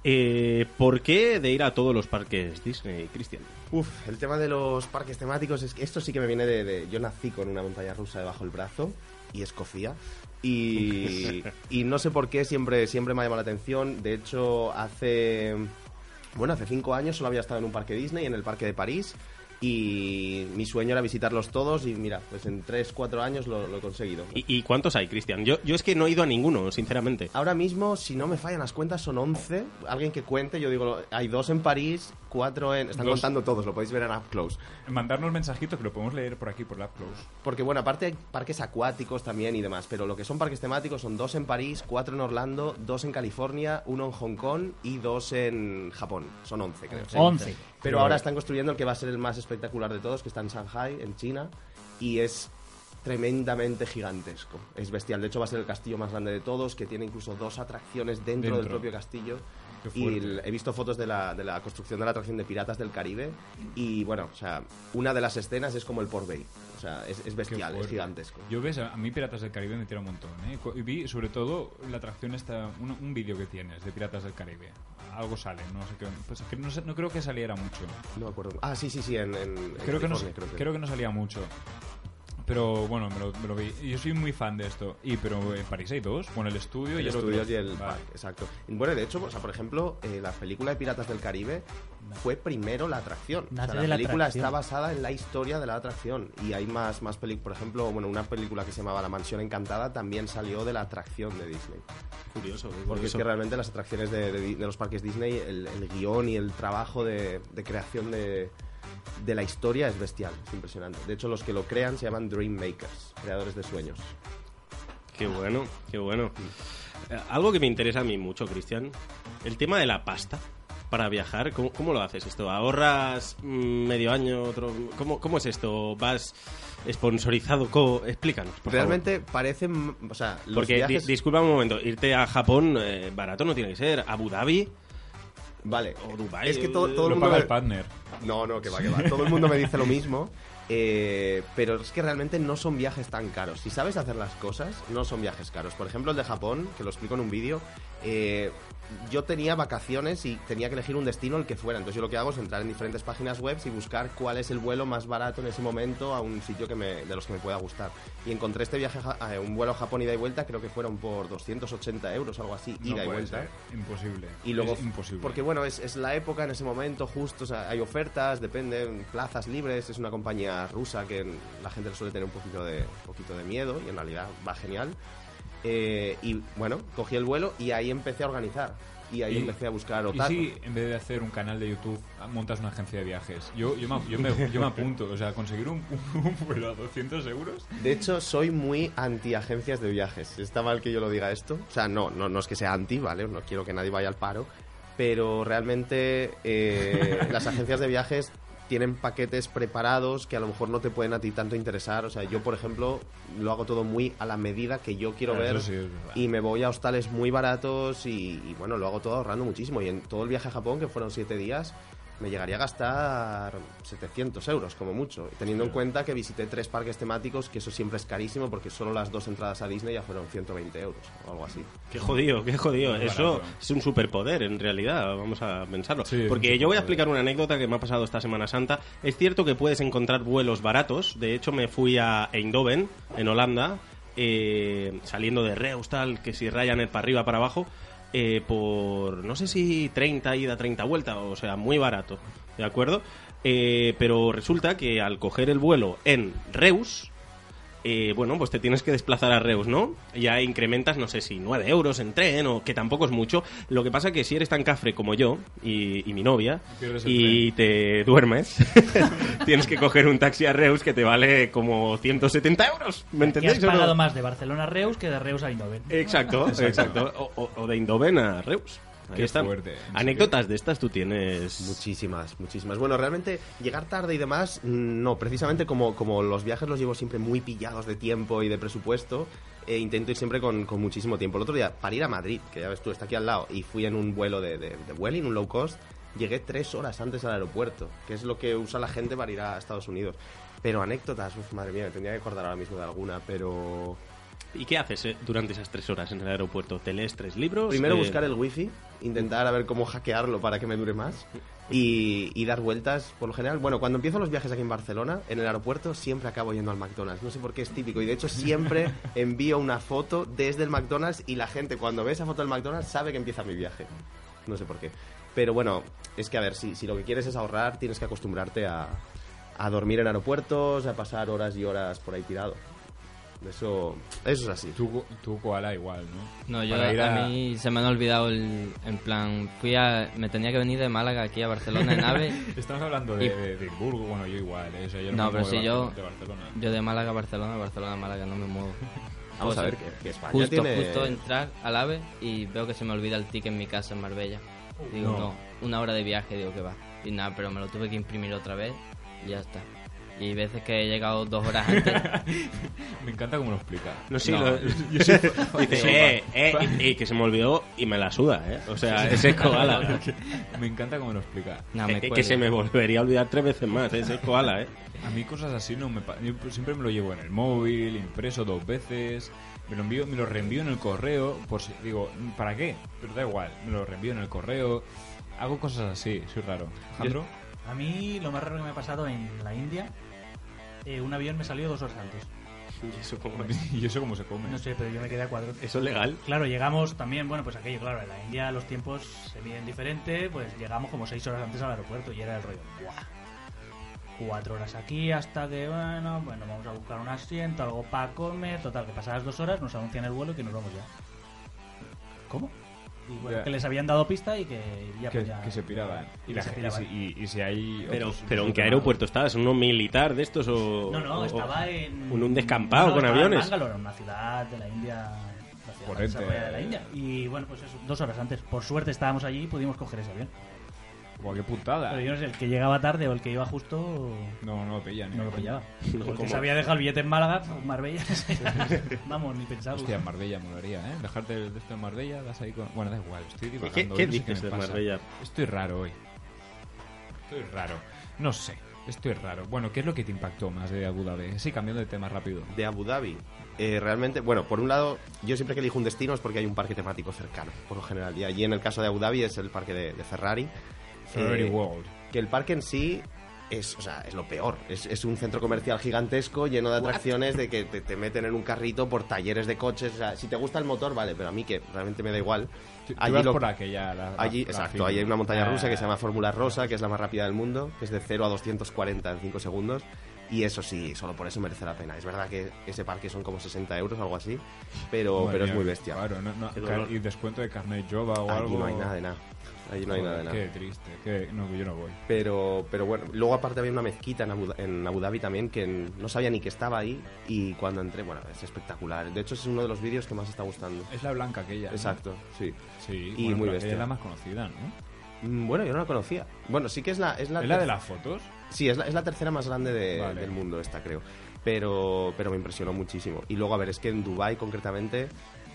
Eh, ¿Por qué de ir a todos los parques Disney, Cristian? Uf, el tema de los parques temáticos es que esto sí que me viene de, de- Yo nací con una montaña rusa debajo del brazo y escocía. Y, y no sé por qué siempre, siempre me ha llamado la atención. De hecho, hace. Bueno, hace cinco años solo había estado en un parque Disney, en el parque de París. Y mi sueño era visitarlos todos y mira, pues en 3-4 años lo, lo he conseguido. ¿Y, y cuántos hay, Cristian? Yo, yo es que no he ido a ninguno, sinceramente. Ahora mismo, si no me fallan las cuentas, son 11. Alguien que cuente, yo digo, hay dos en París, cuatro en... Están Dos. contando todos, lo podéis ver en Up Close. Mandarnos mensajitos que lo podemos leer por aquí, por la App Close. Porque bueno, aparte hay parques acuáticos también y demás, pero lo que son parques temáticos son dos en París, cuatro en Orlando, dos en California, uno en Hong Kong y dos en Japón. Son 11, creo. Sí. 11. Pero ahora están construyendo el que va a ser el más espectacular de todos, que está en Shanghai, en China, y es tremendamente gigantesco. Es bestial. De hecho, va a ser el castillo más grande de todos, que tiene incluso dos atracciones dentro, del Dentro. propio castillo. Qué Y fuerte. el- he visto fotos de la, de la construcción de la atracción de Piratas del Caribe. Y bueno, o sea, una de las escenas es como el Port Bay. O sea, es, es bestial, es fuerte. gigantesco. Yo ves, a a mí Piratas del Caribe me tira un montón. ¿eh? Cu- Y vi sobre todo la atracción esta, un, un vídeo que tienes de Piratas del Caribe. Algo sale, no sé qué. pues es que no, sé- no creo que saliera mucho. No me acuerdo. Ah, sí, sí, sí, en, en- en creo, que no, California, creo que- creo que no salía mucho. Pero bueno, me lo, me lo vi. Yo soy muy fan de esto. Y pero en París hay dos. Bueno, el estudio y el el otro. estudios y el Vale. parque, exacto. Bueno, de hecho, o sea, por ejemplo, eh, la película de Piratas del Caribe fue primero la atracción. O sea, Nace la de la película atracción. está basada en la historia de la atracción y hay más más películas, por ejemplo, bueno, una película que se llamaba La mansión encantada también salió de la atracción de Disney. Curioso, Porque es curioso. que realmente las atracciones de, de- de los parques Disney, el, el guión y el trabajo de, de creación de, de la historia es bestial, es impresionante. De hecho, los que lo crean se llaman Dream Makers, creadores de sueños. Ah, Qué bueno, qué bueno. Eh, algo que me interesa a mí mucho, Cristian, el tema de la pasta para viajar. ¿Cómo, cómo lo haces esto? ¿Ahorras mm, medio año? Otro, ¿cómo, ¿Cómo es esto? ¿Vas sponsorizado? Co? Explícanos, por favor. Realmente parecen, o sea, los Porque, di- viajes... disculpa un momento, irte a Japón eh, barato no tiene que ser. Abu Dhabi. Vale. O Dubái. Es que todo, todo Lo el mundo. paga me- el partner. No, no, que va, que va. Todo el mundo me dice lo mismo. eh, pero es que realmente no son viajes tan caros. Si sabes hacer las cosas, no son viajes caros. Por ejemplo, el de Japón, que lo explico en un vídeo. eh, yo tenía vacaciones y tenía que elegir un destino el que fuera. Entonces, yo lo que hago es entrar en diferentes páginas web y buscar cuál es el vuelo más barato en ese momento a un sitio que me- de los que me pueda gustar. Y encontré este viaje, a Ja- a un vuelo a Japón ida y vuelta, creo que fueron por 280 euros, algo así, No ida y puede vuelta. ser. Imposible. Y luego, Es imposible. Porque bueno, es, es la época en ese momento, justo, o sea, hay ofertas, dependen, plazas libres, es una compañía rusa que la gente le suele tener un poquito de, poquito de miedo y en realidad va genial. Eh, y bueno, cogí el vuelo y ahí empecé a organizar. Y ahí Y- empecé a buscar Y otaku. si en vez de hacer un canal de YouTube montas una agencia de viajes? Yo, yo, me, yo, me, yo me apunto, o sea, conseguir un, un vuelo a 200 euros. De hecho, soy muy anti agencias de viajes. Está mal que yo lo diga esto. O sea, no, no, no es que sea anti, ¿vale? No quiero que nadie vaya al paro. Pero realmente eh, las agencias de viajes tienen paquetes preparados que a lo mejor no te pueden a ti tanto interesar. O sea, yo, por ejemplo, lo hago todo muy a la medida que yo quiero Ah, eso ver. sí es verdad. y me voy a hostales muy baratos y, y, bueno, lo hago todo ahorrando muchísimo. Y en todo el viaje a Japón, que fueron siete días, me llegaría a gastar 700 euros como mucho. Teniendo en cuenta que visité tres parques temáticos, que eso siempre es carísimo porque solo las dos entradas a Disney ya fueron 120 euros o algo así. Qué jodido, qué jodido. Muy Eso barato. es un superpoder, en realidad, vamos a pensarlo. es un Porque yo voy a explicar una anécdota que me ha pasado esta Semana Santa. Es cierto que puedes encontrar vuelos baratos. De hecho, me fui a Eindhoven, en Holanda, eh, saliendo de Reus, tal, que si Ryanair para arriba, para abajo, eh, por, no sé si 30 ida, 30 vuelta, o sea, muy barato, ¿de acuerdo? Eh, pero resulta que al coger el vuelo en Reus, eh, bueno, pues te tienes que desplazar a Reus, ¿no? Ya incrementas, no sé si 9 euros en tren o que tampoco es mucho. Lo que pasa que si eres tan cafre como yo y, y mi novia Pierdes el y te duermes, tienes que coger un taxi a Reus que te vale como 170 euros. ¿Me Que entendéis? has o no? pagado más de Barcelona a Reus que de Reus a Eindhoven. Exacto, exacto. O, o- o de Indoven a Reus. Ahí Qué están. fuerte, en Anécdotas de estas tú tienes. Muchísimas, muchísimas. Bueno, realmente llegar tarde y demás, mm, no, precisamente como, como los viajes los llevo siempre muy pillados de tiempo y de presupuesto, eh, intento ir siempre con, con muchísimo tiempo. El otro día, para ir a Madrid, que ya ves tú, está aquí al lado, y fui en un vuelo de, de, de Vueling, un low cost, llegué tres horas antes al aeropuerto, que es lo que usa la gente para ir a Estados Unidos. Pero anécdotas, uf, madre mía, me tendría que acordar ahora mismo de alguna, pero... ¿Y qué haces eh, durante esas tres horas en el aeropuerto? ¿Te lees tres libros? Primero Eh, buscar el wifi, intentar a ver cómo hackearlo para que me dure más y, y dar vueltas por lo general. Bueno, cuando empiezo los viajes aquí en Barcelona, en el aeropuerto siempre acabo yendo al McDonald's. No sé por qué es típico y de hecho siempre envío una foto desde el McDonald's y la gente cuando ve esa foto del McDonald's sabe que empieza mi viaje. No sé por qué. Pero bueno, es que a ver, si, si lo que quieres es ahorrar, tienes que acostumbrarte a, a dormir en aeropuertos, a pasar horas y horas por ahí tirado. Eso, eso es así. Tú, tú koala igual, ¿no? No, yo Para ir a... a- mí se me han olvidado el, en plan, fui a, me tenía que venir de Málaga aquí a Barcelona en AVE. Estamos hablando de, y- de, de Hamburgo, bueno, yo igual, ¿eh? O sea, yo no, no, me pero muevo si de yo, Barcelona- de Barcelona. yo de Málaga a Barcelona, Barcelona a Málaga no me muevo. Vamos O a sea, ver, que- que España justo, tiene- justo entrar al AVE y veo que se me olvida el ticket en mi casa en Marbella. Digo, Uh. No. no, una hora de viaje, digo que va. Y nada, pero me lo tuve que imprimir otra vez y ya está. Y veces que he llegado dos horas antes. Me encanta cómo lo explica. No, sí, No. lo- Yo soy- Dice, soy eh, fan. eh, y, y que se me olvidó y me la suda, ¿eh? O sea, ese es koala. me encanta cómo lo explica. Eh, que, se me volvería a olvidar tres veces más, ¿eh? ese es koala, ¿eh? A mí cosas así no me pa- yo pues siempre me lo llevo en el móvil, impreso dos veces, me lo envío, me lo reenvío en el correo, por si digo, ¿para qué? Pero da igual, me lo reenvío en el correo. Hago cosas así, soy raro. ¿Alejandro? A mí lo más raro que me ha pasado en la India, eh, un avión me salió dos horas antes. ¿Y eso cómo, se come? No sé, pero yo me quedé a cuadro. ¿Eso es legal? Claro, llegamos también, bueno, pues aquello, claro, en la India los tiempos se miden diferente, pues llegamos como seis horas antes al aeropuerto y era el rollo. ¡buah! Cuatro horas aquí hasta que, bueno, bueno, vamos a buscar un asiento, algo para comer, total, que pasadas dos horas nos anuncian el vuelo y que nos vamos ya. ¿Cómo? Y bueno, Ya. que les habían dado pista y que ya, que, pues ya- que se piraban. Y, la se gente- y piraban. si- y, y si hay... Pero, otros- pero ¿en otros qué aeropuerto estabas? ¿En uno militar de estos o...? No, no, o- estaba en. en un descampado no, no, con estaba en aviones? Bangalore, una ciudad de la India. la ciudad Por más este- desarrollada de la India. Y bueno, pues eso, dos horas antes. Por suerte estábamos allí y pudimos coger ese avión. Buah, qué putada. Pero yo no sé, el que llegaba tarde o el que iba justo. No, no lo pillan. ¿eh? No lo pillaba. No, Porque ¿cómo? se había dejado el billete en Málaga, en Marbella. Vamos, ni pensado. Hostia, en Marbella molaría, ¿eh? Dejarte el de esto en Marbella, das ahí con... Bueno, da igual, estoy divagando. ¿Qué- hoy, qué no sé dices me de pasa. Marbella? Estoy raro hoy. Estoy raro. No sé, estoy raro. Bueno, ¿qué es lo que te impactó más de Abu Dhabi? Sí, cambiando de tema rápido. de Abu Dhabi. Eh, realmente, bueno, por un lado, yo siempre que elijo un destino es porque hay un parque temático cercano, por lo general. Y allí en el caso de Abu Dhabi es el parque de, de Ferrari. Eh, Ferrari World. Que el parque en sí es, o sea, es lo peor. Es, es un centro comercial gigantesco lleno de atracciones de que te, te meten en un carrito por talleres de coches. O sea, si te gusta el motor, vale, pero a mí que realmente me da igual. Tú vas por aquella, la- la- allí, la exacto, fila. allí hay una montaña rusa que se Ah. llama Fórmula Rosa, que es la más rápida del mundo, que es de 0 a 240 en 5 segundos. Y eso sí, solo por eso merece la pena. Es verdad que ese parque son como 60 euros, algo así, pero, Madre pero es mía, muy bestia. Claro, no, no, Qué car- dolor. y descuento de carnet Jova o Allí algo. no hay nada de nada. Allí no hay nada de nada. Qué triste, que no, yo no voy. Pero, pero bueno, luego aparte había una mezquita en Abu, en Abu Dhabi también que n- no sabía ni que estaba ahí y cuando entré, bueno, es espectacular. De hecho, es uno de los vídeos que más está gustando. Es la blanca aquella. ¿no? Exacto, sí. Sí, y bueno, muy pero bestia. Es la más conocida, ¿no? Mm, Bueno, yo no la conocía. Bueno, Ah, sí que es la... ¿Es la, ¿Es la de ter- las fotos? Sí, es la, es la tercera más grande de- Vale. del mundo esta, creo. Pero, pero me impresionó muchísimo. Y luego, a ver, es que en Dubai concretamente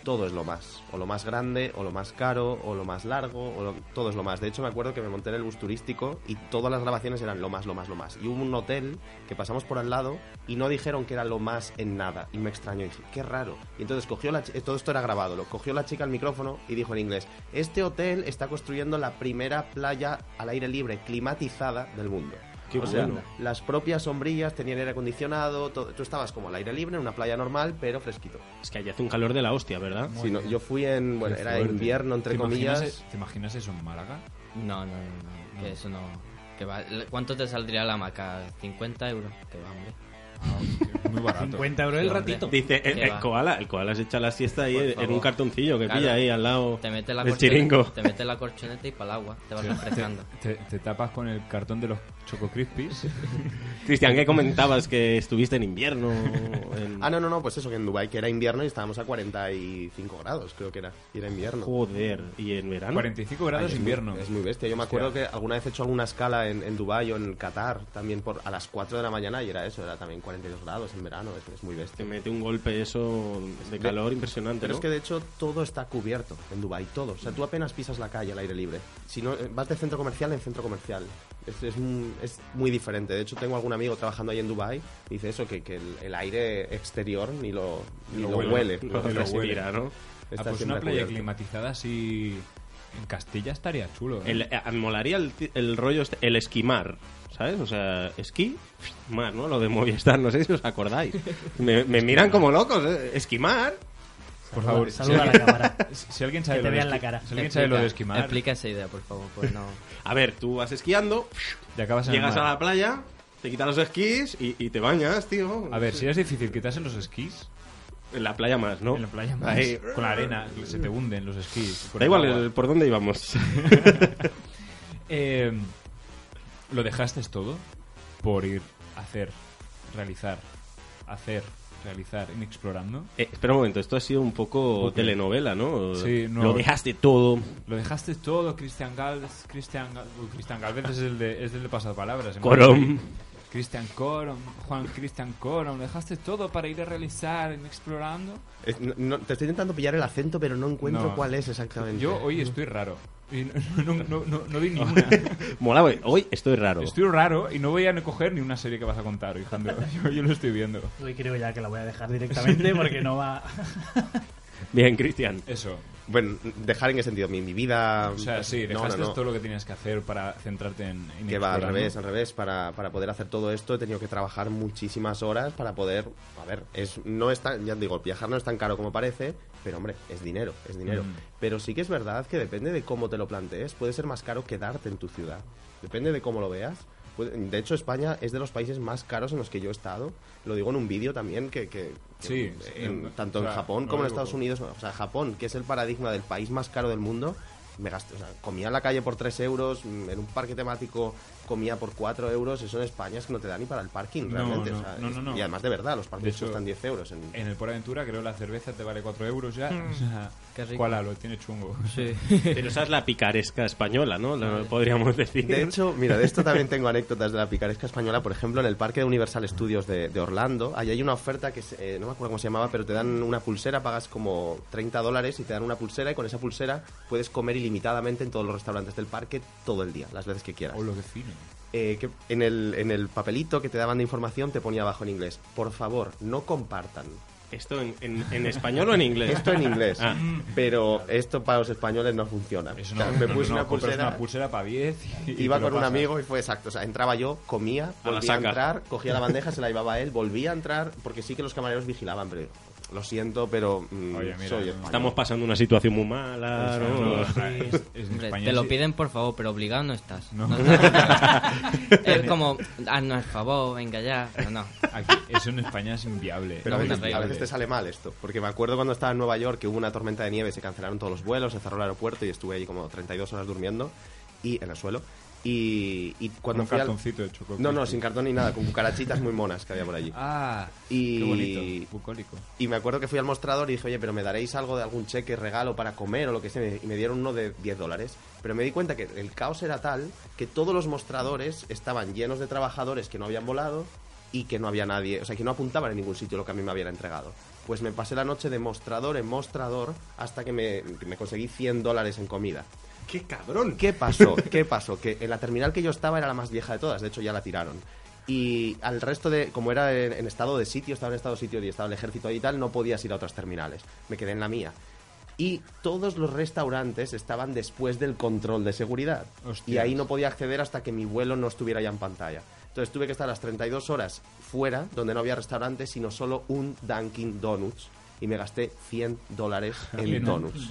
todo es lo más. O lo más grande, o lo más caro, o lo más largo, o lo- todo es lo más. De hecho, me acuerdo que me monté en el bus turístico y todas las grabaciones eran lo más, lo más, lo más. Y hubo un hotel que pasamos por al lado y no dijeron que era lo más en nada. Y me extrañó y dije, qué raro. Y entonces cogió la chi- eh, todo esto era grabado, lo cogió la chica al micrófono y dijo en inglés, este hotel está construyendo la primera playa al aire libre climatizada del mundo. Qué o sea, bueno. las propias sombrillas tenían aire acondicionado, todo- tú estabas como al aire libre en una playa normal, pero fresquito. Es que allí hace un calor de la hostia, ¿verdad? Sí, no, yo fui en, bueno, Qué era fuerte. invierno entre ¿Te imaginas comillas. e- ¿Te imaginas eso en Málaga? No, no, no, no, que eso no. Que va. ¿Cuánto te saldría la maca? ¿50 euros? Que va, hombre. Muy barato. 50 euros el Sí, hombre. ratito. Dice el, Que el va. koala, el koala se echa la siesta ahí Por en- en favor. un cartoncillo que Claro. pilla ahí al lado Te mete la del corchoneta- chiringo. Te mete la corchoneta y para el agua. Te vas refrescando. Te, te tapas con el cartón de los Choco Crispies. Cristian, ¿qué comentabas que estuviste en invierno? en- Ah, no, no, no, pues eso, que en Dubai que era invierno y estábamos a 45 grados, creo que era. Y era invierno. Joder, ¿y en verano? 45 grados Ay, es invierno. muy- es muy bestia. Yo me acuerdo que alguna vez he hecho alguna escala en, en Dubai o en Qatar, también por a las 4 de la mañana y era eso, era también 42 grados en verano, es, es muy Te bestia. mete un golpe eso de calor impresionante, Pero ¿no? es que de hecho todo está cubierto en Dubai, todo. O sea, tú apenas pisas la calle al aire libre. Si no, eh, vas de centro comercial en centro comercial. Es, es un- es muy diferente. De hecho, tengo algún amigo trabajando ahí en Dubai y dice eso, que, que el, el aire exterior ni lo, ni lo huele. Ni lo recibirá, huele. ¿no? Ah, Está pues siempre una playa cubierto. climatizada así en Castilla estaría chulo. ¿eh? El, eh, me molaría el, ti- el rollo, este- el esquimar, ¿sabes? O sea, esquí, mar, ¿no? Lo de Movistar, no sé si os acordáis. Me, me miran como locos, ¿eh? Esquimar. Por Saluda- favor, saluda si- a la cámara. Si alguien Que sabe te lo de vean la esqui- cara. Si alguien sabe lo de esquimar, Explica esa idea, por favor. Pues no. A ver, tú vas esquiando, ya acabas en el llegas mar. a la playa Te quitas los esquís y, y te bañas, tío. A ver, si es difícil quitarse los esquís. En la playa más, ¿no? En la playa más. Ahí. Con la arena, se te hunden los esquís. Con Da el igual agua. el- por dónde íbamos. Eh, ¿Lo dejaste todo por ir a hacer, realizar, hacer, realizar, en explorando? Eh, espera un momento, esto ha sido un poco Ok. telenovela, ¿no? Sí, no. Lo dejaste todo. Lo dejaste todo, Cristian Galvez. Cristian Gal- uy, Cristian Galvez es el de, es el de pasapalabras. en Corom. Cristian Corom, Juan Cristian Corom, lo dejaste todo para ir a realizar en explorando. Eh, no- no, te estoy intentando pillar el acento, pero no encuentro No. cuál es exactamente. Yo hoy estoy raro. Y no, no, no, no- no vi ninguna. Mola, güey, hoy estoy raro. Estoy raro y no voy a ni coger ni una serie que vas a contar, Alejandro. Yo, yo lo estoy viendo. Hoy creo ya que la voy a dejar directamente porque no va. Bien, Cristian. Eso. Bueno, dejar en qué sentido, mi, mi vida. O sea, sí, No, no, dejaste no. todo lo que tenías que hacer para centrarte en, en Que va al explorando. revés, al revés. Para, para poder hacer todo esto he tenido que trabajar muchísimas horas para poder... A ver, es, no es tan, ya digo, viajar no es tan caro como parece, pero hombre, es dinero, es dinero. Mm. Pero sí que es verdad que depende de cómo te lo plantees, puede ser más caro quedarte en tu ciudad. Depende de cómo lo veas. Puede- De hecho, España es de los países más caros en los que yo he estado. Lo digo en un vídeo también que... que- que Sí, sí, en- no, tanto o en sea, Japón no como en lo Estados digo. Unidos. O sea, Japón, que es el paradigma del país más caro del mundo, me gasté, o sea, comía en la calle por 3 euros, mm, en un parque temático comía por 4 euros. Eso en España es que no te da ni para el parking, No, realmente. no, o sea, no, es- no, no. Y además, de verdad, los parkings De hecho, cuestan 10 euros. En, En el Por Aventura creo la cerveza te vale 4 euros ya. Mm. O sea, Qué rico. cuala, lo tiene chungo. Sí. Pero esa es la picaresca española, ¿no? La- podríamos decir. De hecho, mira, de esto también tengo anécdotas de la picaresca española. Por ejemplo, en el parque de Universal Studios de, de Orlando, ahí hay una oferta que se- eh, no me acuerdo cómo se llamaba, pero te dan una pulsera, pagas como 30 dólares y te dan una pulsera y con esa pulsera puedes comer ilimitadamente en todos los restaurantes del parque todo el día, las veces que quieras. Oh, lo que fino. eh, que en, el, en el papelito que te daban de información te ponía abajo en inglés, por favor, no compartan. ¿Esto en, en- en español o en inglés? Esto en inglés. Ah. Pero esto para los españoles no funciona. O sea, No, me no, puse no, una compras pulsera, una pulsera para 10. y- y iba te lo con un pasas. amigo y fue exacto. O sea, entraba yo, comía, A la volvía a, saca. entrar, cogía la bandeja, se la llevaba a él, volvía a entrar, porque sí que los camareros vigilaban, pero lo siento, pero mm, Oye, mira, soy no. español. Estamos pasando una situación muy mala, Pues, ¿no? Hombre, te lo piden por favor, pero obligado no estás. No estás- es como, haznos el favor, venga ya. No, no. Aquí, eso en España es inviable. Pero a No, veces, no, a no, veces no. te sale mal esto, porque me acuerdo cuando estaba en Nueva York que hubo una tormenta de nieve, se cancelaron todos los vuelos, se cerró el aeropuerto y estuve allí como 32 horas durmiendo y en el suelo. Y, y Con cuando un fui al- cartoncito de chocolate. No, no, sin cartón ni nada, con cucarachitas muy monas que había por allí. Ah, Y- qué bonito. Bucólico. Y me acuerdo que fui al mostrador y dije, oye, pero me daréis algo de algún cheque, regalo para comer o lo que sea. Y me dieron uno de 10 dólares. Pero me di cuenta que el caos era tal que todos los mostradores estaban llenos de trabajadores que no habían volado y que no había nadie, o sea, que no apuntaban en ningún sitio lo que a mí me habían entregado. Pues me pasé la noche de mostrador en mostrador hasta que me, que me conseguí 100 dólares en comida. ¡Qué cabrón! ¿Qué pasó? ¿Qué pasó? Que en la terminal que yo estaba era la más vieja de todas, de hecho ya la tiraron. Y al resto de, como era en, en estado de sitio, estaba en estado de sitio y estaba el ejército ahí y tal, no podías ir a otras terminales. Me quedé en la mía. Y todos los restaurantes estaban después del control de seguridad. Hostias. Y ahí no podía acceder hasta que mi vuelo no estuviera ya en pantalla. Entonces tuve que estar las 32 horas fuera, donde no había restaurantes, sino solo un Dunkin' Donuts. Y me gasté 100 dólares en Bien. donuts.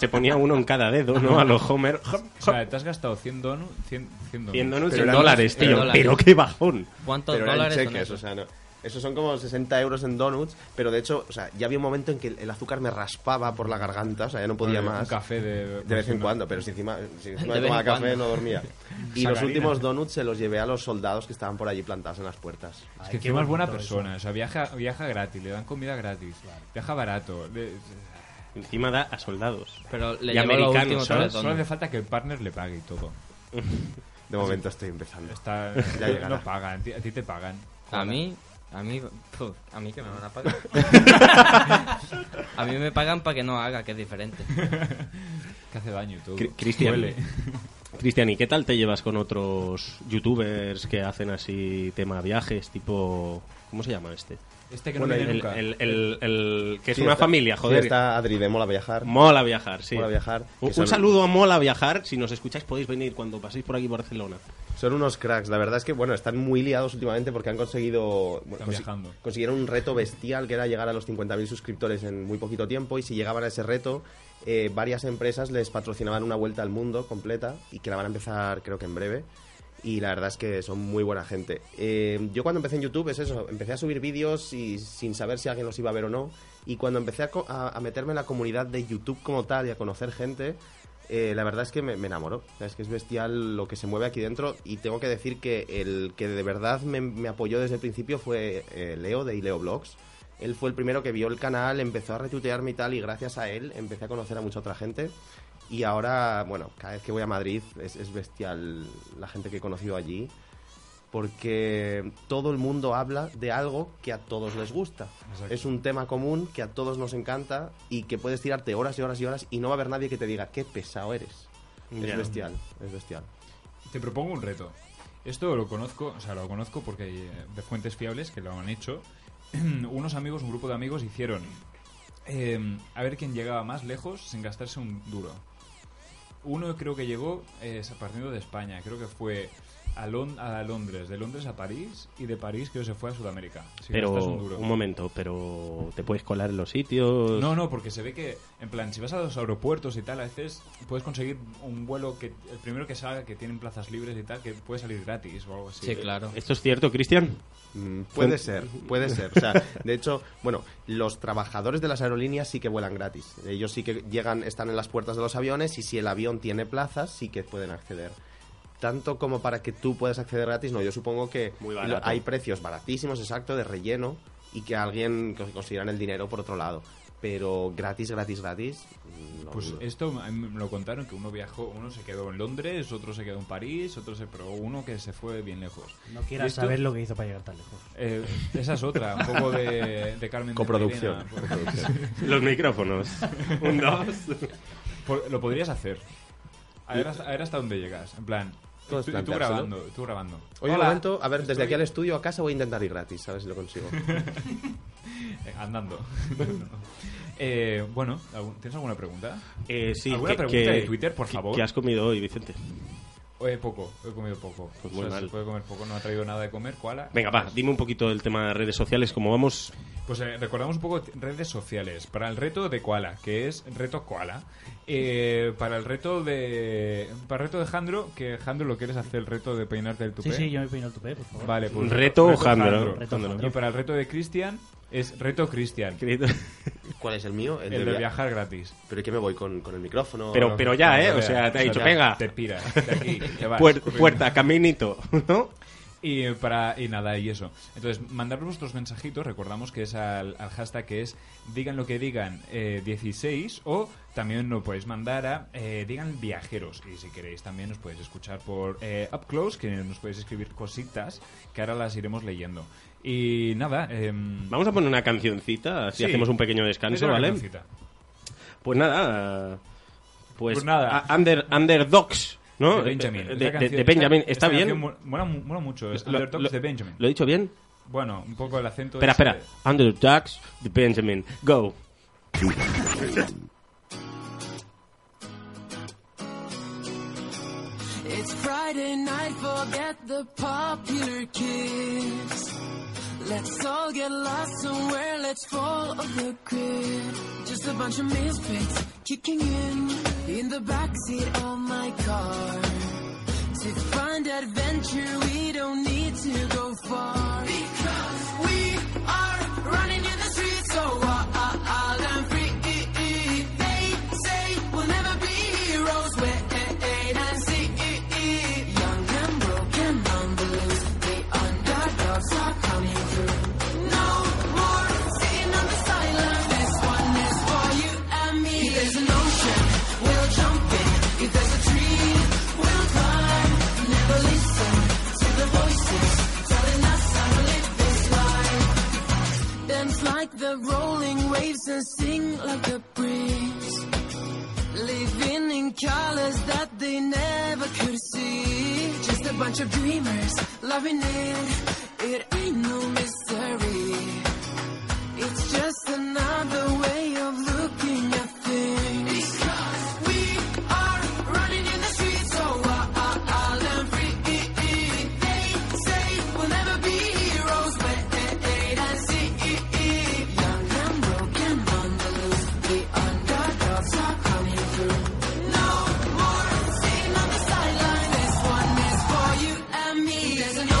Se ponía uno en cada dedo, ¿no? A los Homer. O sea, te has gastado 100 donuts. 100, 100 donuts. 100 donuts Pero en eran- dólares, pero tío. dólares. Pero qué bajón. ¿Cuántos pero eran dólares son cheques, esos? o sea, no. Esos son como 60 euros en donuts, pero de hecho, o sea, ya había un momento en que el- el azúcar me raspaba por la garganta, o sea, ya no podía Oye, más. Un café de... De vez en cuando, pero si encima, si encima De vez tomaba en café cuando. no dormía. Y los Sacarina. últimos donuts se los llevé a los soldados que estaban por allí plantados en las puertas. Es que qué encima es buena bonito eso. persona. O sea, viaja, viaja gratis. Le dan comida gratis. Viaja barato. le- Encima da a soldados. Pero le y llevo lo último americanos, Solo, ¿sabes? todo. solo hace falta que el partner le pague y todo. De momento estoy empezando. Está, Ya llegará. no pagan, a ti- a ti te pagan. A mí, a mí, puf, a mí que me van a pagar. a mí me pagan para que no haga, que es diferente. Que hace daño y todo. Cri- Cristian. Duele. Cristian, ¿y qué tal te llevas con otros youtubers que hacen así tema viajes, tipo... ¿Cómo se llama este? Este que no el, viene el- nunca. el- el- el- que es Sí, una está- familia, sí, joder. está Adri de Mola Viajar. Mola viajar, sí. Mola Viajar, que Un, un sabe- saludo a Mola viajar. Si nos escucháis podéis venir cuando paséis por aquí Barcelona. Son unos cracks, la verdad es que bueno, están muy liados últimamente porque han conseguido bueno, Están viajando. consiguieron un reto bestial que era llegar a los 50.000 suscriptores en muy poquito tiempo y si llegaban a ese reto eh, varias empresas les patrocinaban una vuelta al mundo completa y que la van a empezar creo que en breve Y la verdad es que son muy buena gente. Eh, yo cuando empecé en YouTube es eso, empecé a subir vídeos y sin saber si alguien los iba a ver o no. Y cuando empecé a, co- a- a meterme en la comunidad de YouTube como tal y a conocer gente, eh, la verdad es que me, me enamoró. O sea, Es que es bestial lo que se mueve aquí dentro. Y tengo que decir que el que de verdad me, me apoyó desde el principio fue eh, Leo de Ileo Blogs. Él fue el primero que vio el canal, empezó a retuitearme y tal, y gracias a él empecé a conocer a mucha otra gente. Y ahora, bueno, cada vez que voy a Madrid es, es bestial la gente que he conocido allí, porque todo el mundo habla de algo que a todos les gusta. Exacto. Es un tema común que a todos nos encanta y que puedes tirarte horas y horas y horas y no va a haber nadie que te diga qué pesado eres. Ya. Es bestial, es bestial. Te propongo un reto. Esto lo conozco, o sea, lo conozco porque hay, eh, de fuentes fiables que lo han hecho. Unos amigos, un grupo de amigos hicieron eh, a ver quién llegaba más lejos sin gastarse un duro. Uno creo que llegó eh, partiendo de España, creo que fue a, Lon- a Londres, de Londres a París y de París creo que se fue a Sudamérica. sin pero gastarse un un, duro. momento, pero te puedes colar en los sitios. No, no, porque se ve que, en plan, si vas a los aeropuertos y tal, a veces puedes conseguir un vuelo que el primero que salga, que tienen plazas libres y tal, que puede salir gratis o algo así. ¿Esto es cierto, Cristian? Mm, Puede ser, puede ser. O sea, de hecho, bueno, los trabajadores de las aerolíneas sí que vuelan gratis. Ellos sí que llegan, están en las puertas de los aviones y si el avión tiene plazas, sí que pueden acceder. Tanto como para que tú puedas acceder gratis, no, yo supongo que barato. hay precios baratísimos, exacto, de relleno y que alguien cons- conseguirán el dinero por otro lado. Pero gratis, gratis, gratis. no Pues dudo. esto a mí me lo contaron que uno viajó, uno se quedó en Londres, otro se quedó en París, otro se pero uno que se fue bien lejos. No quieras Y esto- saber lo que hizo para llegar tan lejos. Eh, esa es otra, un poco de, de Carmen. de pues. Coproducción. Mairena, por- Coproducción. Los micrófonos. Un, dos. Por- lo podrías hacer. A ver, hasta, a ver hasta dónde llegas. En plan, tú, Todos tú planteárselo. grabando, tú grabando. Hoy Hola, de momento, a ver, desde estoy- aquí al estudio a casa voy a intentar ir gratis, a ver si lo consigo. Eh, andando. Eh, bueno, ¿algún- ¿tienes alguna pregunta? Eh, sí, ¿Alguna que- pregunta que- de Twitter, por que- favor? ¿Qué has comido hoy, Vicente? Eh, poco, he comido poco. Pues O muy sea, mal. Se puede comer poco, no ha traído nada de comer. ¿Cuál? Venga, va, dime un poquito del tema de redes sociales, cómo vamos. Pues eh, recordamos un poco t- redes sociales. Para el reto de Koala, que es reto Koala. Eh, para el reto de. Para el reto de Jandro, que Jandro lo quieres hacer el reto de peinarte el tupé. Sí, sí, yo me peino el tupé, por favor. Vale, pues. Reto Jandro. Reto Y para el reto de Cristian, es reto Cristian. ¿Cuál es el mío? El de via- viajar gratis. Pero ¿y qué me voy con, con el micrófono? Pero, No, pero ya, no, ¿eh? no, O ya. sea, te ha dicho, ya, venga. te piras, de aquí, te vas, Puer- corriendo. puerta, caminito, ¿no? Y eh, para y nada, y eso. Entonces, mandar vuestros mensajitos, recordamos que es al, al hashtag que es digan lo que digan eh, 16 o también lo podéis mandar a eh, digan viajeros. Y si queréis también os podéis escuchar por eh, Up Close, que nos podéis escribir cositas que ahora las iremos leyendo. Y nada, em, Vamos a poner una cancioncita, así Sí. hacemos un pequeño es descanso, una ¿vale? cancioncita. Pues nada. Pues, Pues nada. a- under- Underdogs, ¿no? De eh, Benjamin. De, Esta de- canción- de Benjamin, esta- ¿está esta canción bien? mu- Mola, mu- mola mucho, es Lo- Underdogs lo- de Benjamin. ¿Lo he dicho bien? Bueno, un poco el acento. Espera, ese espera. Underdogs de Benjamin. Go. It's Friday night, forget the popular kids. Let's all get lost somewhere, let's fall off the grid. Just a bunch of misfits kicking in, in the backseat of my car. To find adventure, we don't need to go far. Because we are running in the streets, so uh, wild and free. They say we'll never be heroes, wait and see. Young and broken on the loose, the underdogs are coming through. No more sitting on the sidelines, this one is for you and me. If there's an ocean, we'll jump in. If there's a tree, we'll climb. Never listen to the voices telling us how to live this life. Dance like the rolling waves and sing like the breeze. Living in colors that they never could see. Just a bunch of dreamers loving it. It ain't no mystery. It's just another way of looking at things. Because we are running in the streets, so wild and free. They say we'll never be heroes, but wait and see. Young and broken on the loose, the underdogs are coming through. No more sitting on the sidelines. This one is for you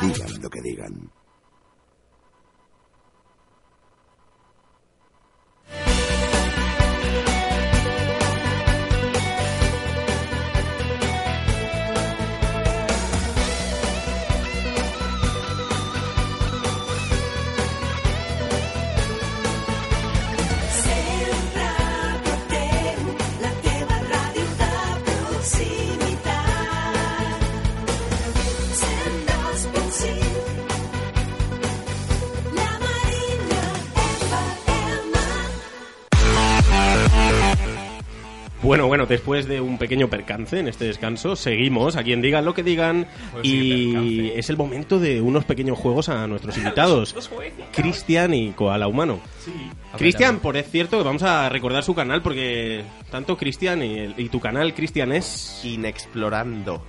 Digan lo que digan. Ser un ràdio teu, la teva ràdio de proximitat. 102.5, la Marina FM. Bueno, bueno, después de un pequeño percance en este descanso, seguimos a quien digan lo que digan Joder, Pues sí, y es el momento de unos pequeños juegos a nuestros invitados, Cristian y Koala Humano. Cristian, por es cierto, que vamos a recordar su canal porque tanto Cristian y, el- y tu canal, Cristian, es... Inexplorando.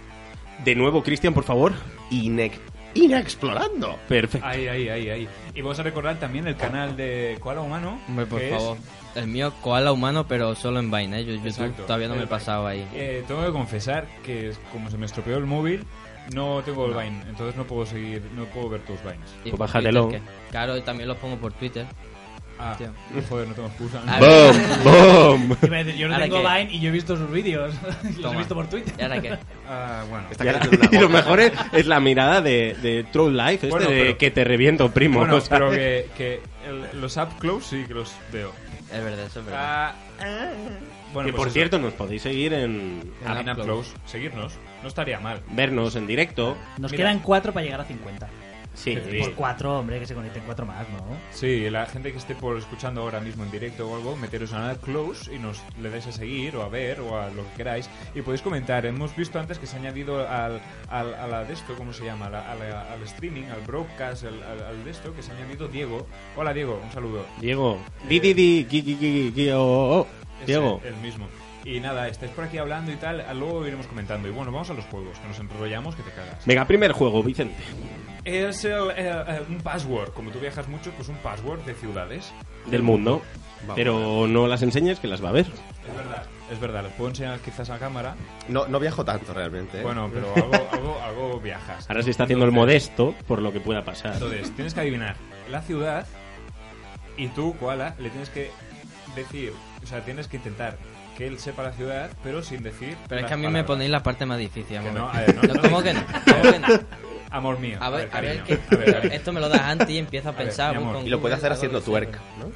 De nuevo, Cristian, por favor. Inexplorando. Perfecto. Ahí, ahí, eh, ahí, ahí. Y vamos a recordar también el canal de Koala Humano. Hombre, por que es, favor. El mío, koala humano, pero solo en Vine, ¿eh? Yo YouTube Exacto. todavía no me he El- pasado ahí. Pues eh, tengo que confesar que es- como se me estropeó el móvil, no tengo el Vine, entonces no puedo seguir, no puedo ver tus Vines. Pues Y por Twitter, que- Claro, también los pongo por Twitter. Ah, Tío. joder, no tengo excusa. A ver. ¡Bum! ¡Bum! Iba a decir, yo no Ahora tengo que- Vine y yo he visto sus vídeos. Los he Toma. visto por Twitter. ¿Y ahora qué? Ah, bueno. Y ahora- y lo mejor es, es la mirada de, de Troll Life, este Bueno, de pero- que te reviento, primo. Bueno, o sea. pero que, que el- los up close sí que los veo. Es verdad, eso es verdad. bueno, que pues por eso. cierto, nos podéis seguir en, Ah, en up close, seguirnos, no estaría mal. vernos en directo. Nos Mira. quedan cuatro para llegar a 50. Sí. Por cuatro, hombre, que se conecten cuatro más, ¿no? Sí, la gente que esté por escuchando ahora mismo en directo o algo, meteros a close y nos le dais a seguir o a ver o a lo que queráis y podéis comentar. Hemos visto antes que se ha añadido al, al- a la de esto, ¿cómo se llama? A la- a la- al streaming, al broadcast, al, al, al de esto, que se ha añadido Diego. Hola Diego, un saludo. Diego. Di, di, di, gui, gui, gui, gui, oh, oh, oh. Eh, Ese, Diego. El mismo. Y nada, estáis por aquí hablando y tal, luego iremos comentando. Y bueno, vamos a los juegos, que nos enrollamos, que te cagas. Venga, primer juego, Vicente. Es el- el- el- un password. Como tú viajas mucho, pues un password de ciudades. Del mundo. Vamos. Pero no las enseñes, que las va a ver. Es verdad, es verdad. Los puedo enseñar quizás a cámara. No, no viajo tanto realmente. ¿eh? Bueno, pero algo, algo, algo viajas. Ahora se está haciendo el modesto por lo que pueda pasar. Entonces, tienes que adivinar la ciudad y tú, Koala, le tienes que decir, o sea, tienes que intentar que él sepa la ciudad, pero sin decir. Pero es las que a mí me palabras. ponéis la parte más difícil, amor. Que no, a ver, no, no. ¿Cómo que no? ¿Cómo que no? Amor mío. A ver, a ver, cariño. que- A ver, cariño. esto me lo das antes y empieza a ver, pensar, mi voy amor. con Y lo puede hacer haciendo twerk, ¿no?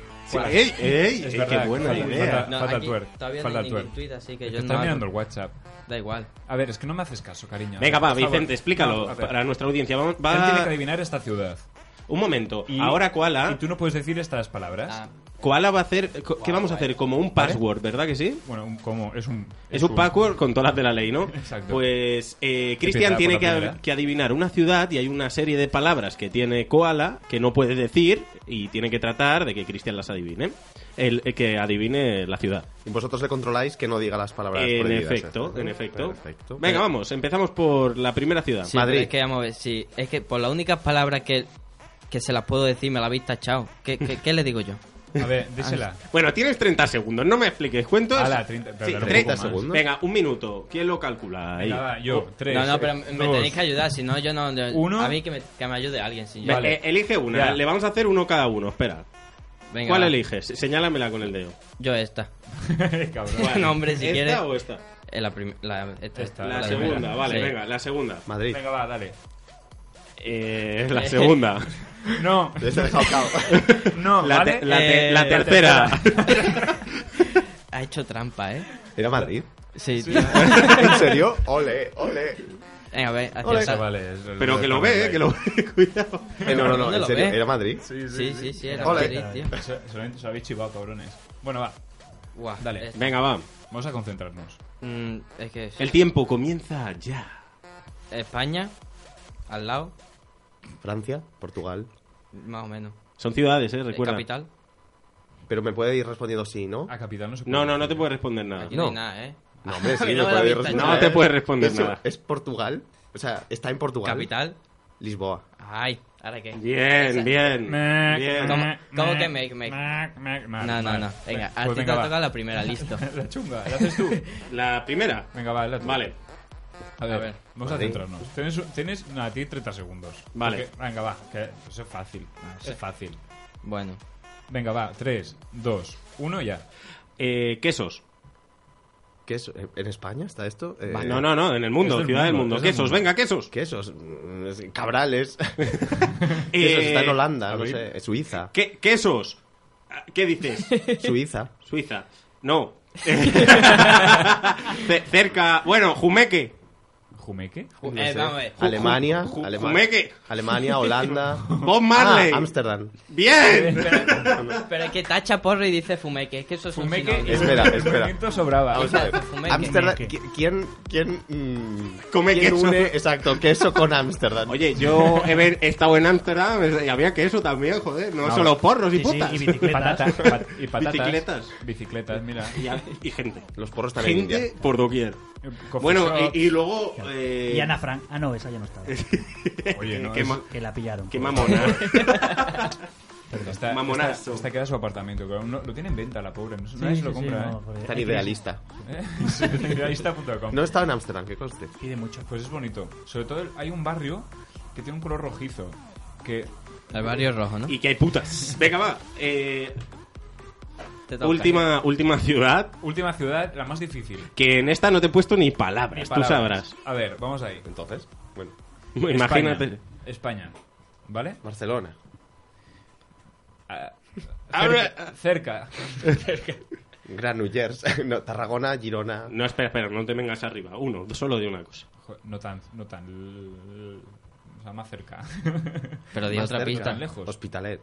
¡Ey, ey! Es ¡Qué verdad, buena sí, idea! Falta, No, falta aquí twerk. todavía no falta hay ningún twerk. tuit, así que Es yo estás no- mirando el WhatsApp. Da igual. A ver, es que no me haces caso, cariño. Venga, va, Por favor. Vicente, explícalo No, a ver. para nuestra audiencia. Vamos- Él tiene que Va... adivinar esta ciudad. Un momento. Y- Ahora, Koala. Y tú no puedes decir estas palabras. Ah. Koala va a hacer. co- ¿Qué vamos a hacer? Como un password, ¿verdad que sí? Bueno, un- como es un... Es un password con todas las de la ley, ¿no? Exacto. Pues eh, Cristian Empieza tiene por que, la ad- primera. que adivinar una ciudad y hay una serie de palabras que tiene Koala que no puede decir y tiene que tratar de que Cristian las adivine. El, eh, que adivine la ciudad. Y vosotros le controláis que no diga las palabras En prohibidas. efecto, estas, ¿no? en efecto. Perfecto. Venga, vamos, empezamos por la primera ciudad. Sí, pero Es que vamos a ver, sí. Es que por las únicas palabras que, que se las puedo decir me la habéis tachado. ¿Qué, qué, qué le digo yo? A ver, dísela. Bueno, tienes 30 segundos, no me expliques. ¿Cuántos? Ala, 30, pero Sí, dale un 30 poco más. segundos. Venga, un minuto. ¿Quién lo calcula? Ahí. Venga, va, yo, Oh. tres. eh, no, no, pero me dos. tenéis que ayudar, si no, yo no. yo- Uno. A mí que me, que me ayude alguien, si yo. Ve- eh, elige una, Ya. le vamos a hacer uno cada uno, espera. Venga, ¿Cuál va. eliges? Señálamela con el dedo. Yo esta. Cabrón. no, hombre, si ¿Esta quieres. o esta? Eh, la prim- la, esta, Esta, La, la segunda, primera. vale, Sí. venga, la segunda. Madrid. Venga, va, dale. Eh, la segunda. No. Les he dejado cao. No, La, ¿vale? te- la te- Eh, la la tercera. Ha hecho trampa, ¿eh? ¿Era Madrid? Sí, tío. ¿En serio? Ole, ole. Venga, a ver, hacia Ole. esa- Vale, es el- Pero que lo ve, eh, que lo ve. Cuidado. Eh, no, no, no, ¿Dónde en lo serio, ve? ¿era Madrid? Sí, Sí, sí, sí, era Ole. Madrid, tío. Se- Solamente os habéis chivado, cabrones. Bueno, va. Guau, Dale. esta. Venga, va. Vamos a concentrarnos. Mm, es que El tiempo comienza ya. España, al lado, Francia, Portugal. más o menos. Son ciudades, eh, Eh, recuerda. Capital. Pero me puede ir respondiendo sí, ¿no? A capital no se puede. No, no, no te puedes responder nada. Aquí no, hay No. nada, ¿eh? No, hombre, sí, No me me la puede ir viste. respondiendo. No te puedes responder Eso, nada. ¿Es Portugal? O sea, está en Portugal. Capital. Lisboa. Ay, ahora qué. Bien, bien. Mec, bien. ¿Cómo, Meh, cómo meh, que make, make? mec, mec, mec. No, no, Vale. no. Venga, a Pues ti te venga, ha va. tocado la primera, listo. La chunga, la haces tú. La primera. Venga, va, la tú. Vale. A ver, A ver. vamos a Madrid. centrarnos. Tienes, tienes no, a ti 30 segundos. Vale. Porque- venga, va, que eso es fácil. Eso Sí. es fácil. Bueno. Venga, va, 3, 2, 1 ya. quesos. ¿Queso? ¿En España está esto? Eh, Va, no, no, no, en el mundo, es ciudad del mundo. es Quesos, venga, quesos. Quesos, mm, es- cabrales. quesos, Eh, está en Holanda, a no ver. sé, es Suiza. ¿Qué, quesos. Ah, ¿Qué dices? Suiza. Suiza. No. Ce- cerca. Bueno, Jumeque. ¿Jumeque? No sé. Alemania, Ju- ju- Alema- Jumeque. Alemania, Holanda. Bob Marley. Ah, Ámsterdam. ¡Bien! Pero, pero es que tacha porro y dice fumeque. Es que eso es un sinónimo. Espera, espera. sobraba. ¿eh? Vamos a ver. Fumeque. Ámsterdam, qui- ¿quién, quién, mm, Come quién queso. une, exacto, queso con Ámsterdam? Oye, yo he, ven- he estado en Ámsterdam y había queso también, joder. No, No. solo porros y Sí, sí, putas. y bicicletas. Patata- pat- y patatas. Bicicletas. Bicicletas, mira. Y, a- y gente. Los porros también Gente en India. por doquier. Eh, Bueno, y, y luego. eh, Y Ana Frank. Ah, no, esa ya no estaba. Oye, no, que, es- que la pillaron. qué mamona. Está, Mamonazo. Esta, esta queda su apartamento, pero no- lo tiene en venta la pobre. No, nadie sí, se lo sí, compra, no, ¿eh? porque- Tan idealista. ¿Eh? Sí, idealista.com. No he estado en Ámsterdam, que conste. Pide mucho. Pues es bonito. Sobre todo el- hay un barrio que tiene un color rojizo. Que... El barrio es rojo, ¿no? Y que hay putas. Venga, va. eh, Te toca. última, última ciudad. Última ciudad, la más difícil. Que en esta no te he puesto ni palabras. Palabras. Tú sabrás. A ver, vamos ahí. Entonces, bueno. Imagínate. España. España. ¿Vale? Barcelona. Ah, Ahora- cerca. cerca. Granollers. No, Tarragona, Girona. No, espera, espera, no te vengas arriba. Uno, solo de una cosa. Joder, No tan, no tan. l- O sea, más cerca. Pero di Más otra cerca, pista. tan lejos. Hospitalet.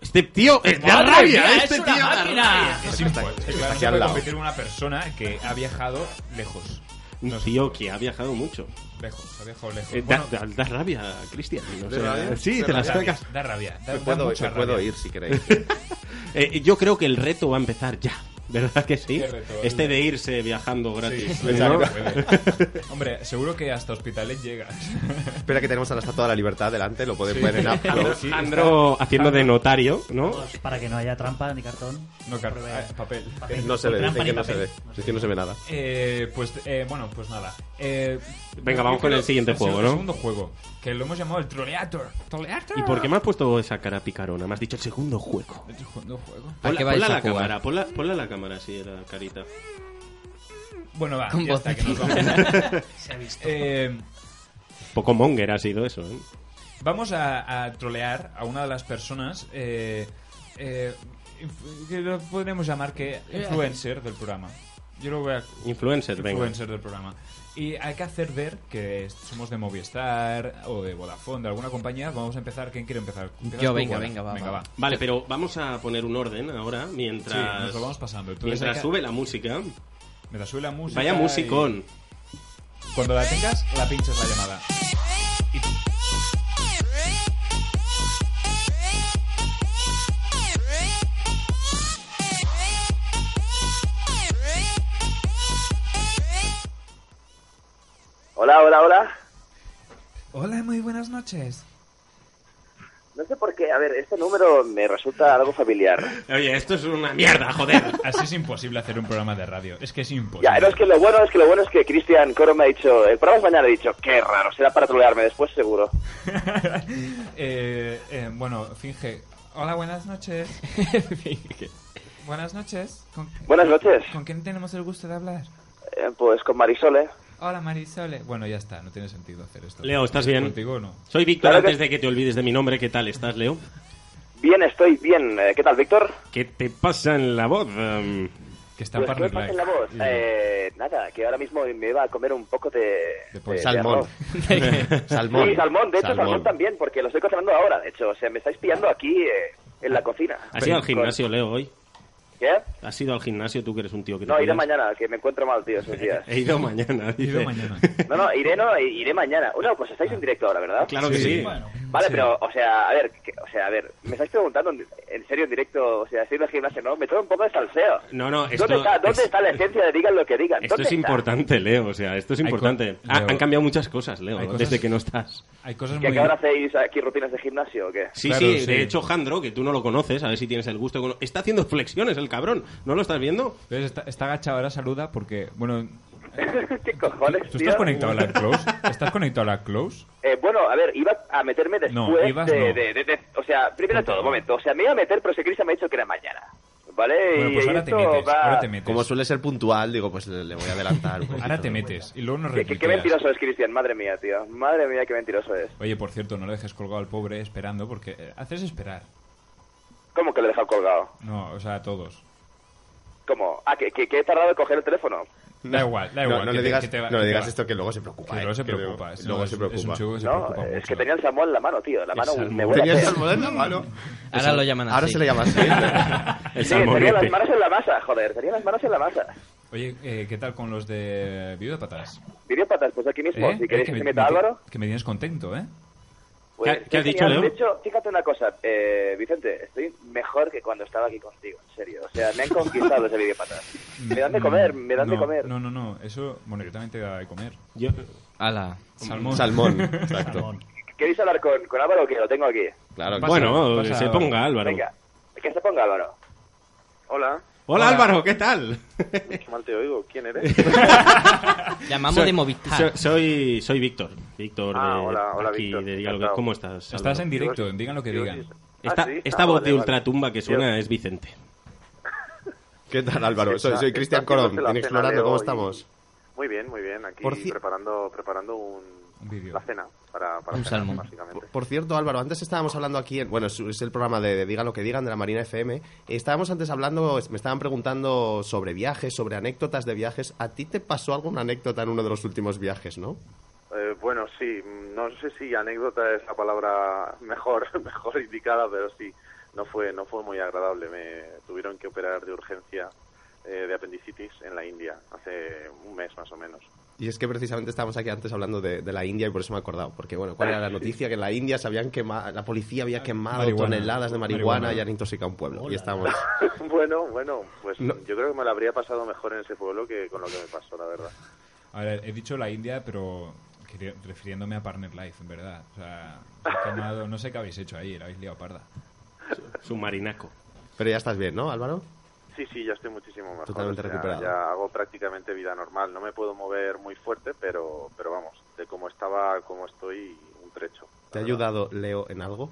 Este tío es de Madre rabia. mía, este es una tío da máquina. rabia. Es Está- imposible. está Claro, no aquí se al puede lado. competir una persona que ha viajado lejos. Un tío que ha viajado mucho. Lejos, ha viajado lejos. Eh, da, Bueno, da- da rabia, Cristian. no ¿De sé. rabia? Sí, De te las rabia. sacas. da rabia. Da, Me da puedo, mucha me puedo rabia. ir si queréis. Eh, yo creo que el reto va a empezar ya. ¿Verdad que sí? ¿Qué reto? Este de irse viajando Sí, gratis. ¿no? exacto. Hombre, seguro que hasta hospitales llegas. Espera que tenemos a la Estatua de la Libertad delante, lo podéis ver en Andro, Upload. Sí, está- Andro haciendo de notario, ¿no? Pues para que no haya trampa ni cartón. No, car- Prueba- ah, papel. papel. No se ve, Trampa dicen ni que no se papel. ve. Es que no se ve nada. Eh, pues eh, bueno, pues nada. Eh, Venga, yo vamos con creo- el siguiente el juego, segundo- segundo ¿no? juego, que lo hemos llamado el Troleator. Troleator. ¿Y por qué me has puesto esa cara picarona? Me has dicho el segundo juego. El segundo juego. ¿A qué Ponla, vais ponla a a la jugar? cámara, ponla, ponla a la cámara, sí, la carita. Bueno, va, Con ya voz está, de que nos tío. vamos. Se ha visto. Eh, Poco monger ha sido eso, ¿eh? vamos a, a trolear a una de las personas eh, eh, inf- que lo podríamos llamar que influencer del programa. Yo lo voy a Influencer, venga. influencer del programa. Y hay que hacer ver que somos de Movistar o de Vodafone, de alguna compañía. Vamos a empezar. ¿Quién quiere empezar? Empiezas Yo, tú, venga, Gola. venga, va, Venga, va. va. Vale, pero vamos a poner un orden ahora Sí, mientras, nos lo vamos pasando. Tú mientras deseca- sube la música. Me la sube la música. Vaya y- musicón. Cuando la tengas, la pinchas la llamada. Hola, hola, hola. Hola, muy buenas noches. No sé por qué, a ver, este número me resulta algo familiar. Oye, esto es una mierda, joder. Así es imposible hacer un programa de radio. Es que es imposible. Ya, no, es que lo bueno es que lo bueno es que Cristian Coro me ha dicho, el programa es mañana, he dicho, qué raro, será para trolearme después seguro. Eh, eh, bueno, finge. Hola, buenas noches. buenas noches. ¿Con- Buenas noches. ¿Con quién tenemos el gusto de hablar? Eh, pues con Marisole. Hola, Marisole. Bueno, ya está, no tiene sentido hacer esto. Leo, ¿estás bien? ¿Contigo o no? Soy Víctor, Claro que- antes de que te olvides de mi nombre, ¿qué tal estás, Leo? Bien, estoy bien. Eh, ¿Qué tal, Víctor? ¿Qué te pasa en la voz? Um, Que está en Pues, ¿qué me Parler pasa Live. en la voz? Eh, nada, que ahora mismo me iba a comer un poco de... de- de Salmón. arroz. Salmón. Sí, salmón, de hecho salmón. también, porque lo estoy cocinando ahora, de hecho, o sea, me estáis pillando aquí eh, en la cocina. Ah, ¿Has ido al gimnasio, Leo, hoy? ¿Qué? ¿Has ido al gimnasio? Tú que eres un tío que te No, iré cuidas. mañana, que me encuentro mal, tío, esos días. He ido mañana, He dice. ido mañana. No, no, iré, no, iré mañana. Bueno, pues estáis en directo ahora, ¿verdad? Claro que Sí. sí. Bueno, Vale, Sí. pero, o sea, a ver, que- o sea, a ver, me estáis preguntando en- en serio en directo, o sea, estoy en el gimnasio, no, me toca un poco de salseo. No, no, esto ¿Dónde, está, dónde es- está la esencia de digan lo que digan? Esto ¿Dónde es está? importante, Leo. O sea, esto es Hay importante. co- Ah, Leo. han cambiado muchas cosas, Leo, Hay cosas- desde que no estás. Hay cosas ¿Que, muy... que ahora hacéis aquí rutinas de gimnasio o qué? Sí, Claro, sí, sí. De hecho, Jandro, que tú no lo conoces, a ver si tienes el gusto. de cono- Está haciendo flexiones el cabrón. ¿No lo estás viendo? ¿Ves? Está, está agachado ahora, saluda, porque, bueno, ¿Qué cojones, ¿Tú tío? estás conectado a la close? ¿Estás conectado a la close? Eh, bueno, a ver, iba a meterme después No, ibas de, no. de- de- de- O sea, primero de todo, un momento. O sea, me iba a meter, pero ese Chris me ha dicho que era mañana. ¿Vale? Bueno, pues y ahora te esto metes, va... ahora te metes. Como suele ser puntual, digo, pues le, le voy a adelantar un poquito. Ahora te metes y luego nos Qué- Qué, qué retuiteas. mentiroso es Cristian, madre mía, tío. Madre mía, qué mentiroso es. Oye, por cierto, no le dejes colgado al pobre esperando porque eh, haces esperar. ¿Cómo que lo he dejado colgado? No, o sea, a todos. ¿Cómo? Ah, que, que, que he tardado en coger el teléfono. Da igual, da No, igual. no que le te- digas- que te va- no que le te digas va. esto que luego se preocupa, Que eh, luego se que luego- preocupa. es- luego no, se es- Es un preocupa. chico que se no, preocupa es mucho. que tenía el Samuel en la mano, tío. La mano me salmón. huele a Tenía el pez. salmón en la mano. Ahora lo llaman así. Ahora se le llama así. El Sí, tenía salmonete. las manos en la masa, joder. Tenía las manos en la masa. Oye, eh, ¿qué tal con los de Viuda Patas? Videópatas, pues aquí mismo. ¿Eh? Si queréis Eh, que se meta Álvaro. que me tienes contento, ¿eh? Pues, ¿Qué- qué has sí, dicho, genial. Leo? De hecho, fíjate una cosa, eh, Vicente, estoy mejor que cuando estaba aquí contigo, en serio. O sea, me han conquistado ese videópatas. Me dan de comer, me dan no, de comer. No, no, no. Eso, bueno, yo también te daba de comer. Yo... Ala. Salmón. Salmón, exacto. ¿Queréis hablar con, con Álvaro que lo tengo aquí? Claro, Pasa, Bueno, pasa. que se ponga Álvaro. Venga, que se ponga Álvaro. Hola. Hola, Álvaro, ¿qué tal? Qué mal te oigo, ¿quién eres? Llamamos Soy- de Movistar. so- Soy, soy Víctor. Víctor Ah, de, hola, hola, aquí Víctor, de Diga lo que- encantado. ¿Cómo estás? Estás Álvaro? en directo, digan lo que digan. Esta, Ah, sí, esta ah, voz vale, de vale. ultratumba que suena es Vicente. ¿Qué tal, Álvaro? Soy, Está- soy Cristian está haciéndose Colón, la en cena, Explorando, Leo, ¿cómo y- estamos? Muy bien, muy bien. Aquí Por ci- preparando, preparando un, la cena para, para Un cenar, salmón. básicamente. Por cierto, Álvaro, antes estábamos hablando aquí, en- bueno, es, es el programa de, de Diga lo que digan de la Marina FM. Estábamos antes hablando, es- me estaban preguntando sobre viajes, sobre anécdotas de viajes. ¿A ti te pasó alguna anécdota en uno de los últimos viajes, no? Eh, bueno, sí, no sé si anécdota es la palabra mejor, mejor indicada, pero sí, no fue, no fue muy agradable. Me tuvieron que operar de urgencia eh, de apendicitis en la India hace un mes más o menos. Y es que precisamente estábamos aquí antes hablando de, de la India y por eso me he acordado. Porque, bueno, ¿cuál era la noticia? Que en la India se habían quemado, la policía había quemado Marihuana. toneladas de marihuana, Marihuana. y han intoxicado un pueblo. Y estábamos... bueno, bueno, pues No. yo creo que me lo habría pasado mejor en ese pueblo que con lo que me pasó, la verdad. A ver, he dicho la India, pero quería- refiriéndome a Partner Life, en verdad. O sea, os he quemado- no sé qué habéis hecho ahí, la habéis liado parda. Submarinaco. Pero ya estás bien, ¿no, Álvaro? Sí, sí, ya estoy muchísimo mejor. Totalmente o sea, recuperado. Ya hago prácticamente vida normal. No me puedo mover muy fuerte, pero, pero vamos, de cómo estaba, cómo estoy, un trecho. ¿Te ha ayudado Leo en algo?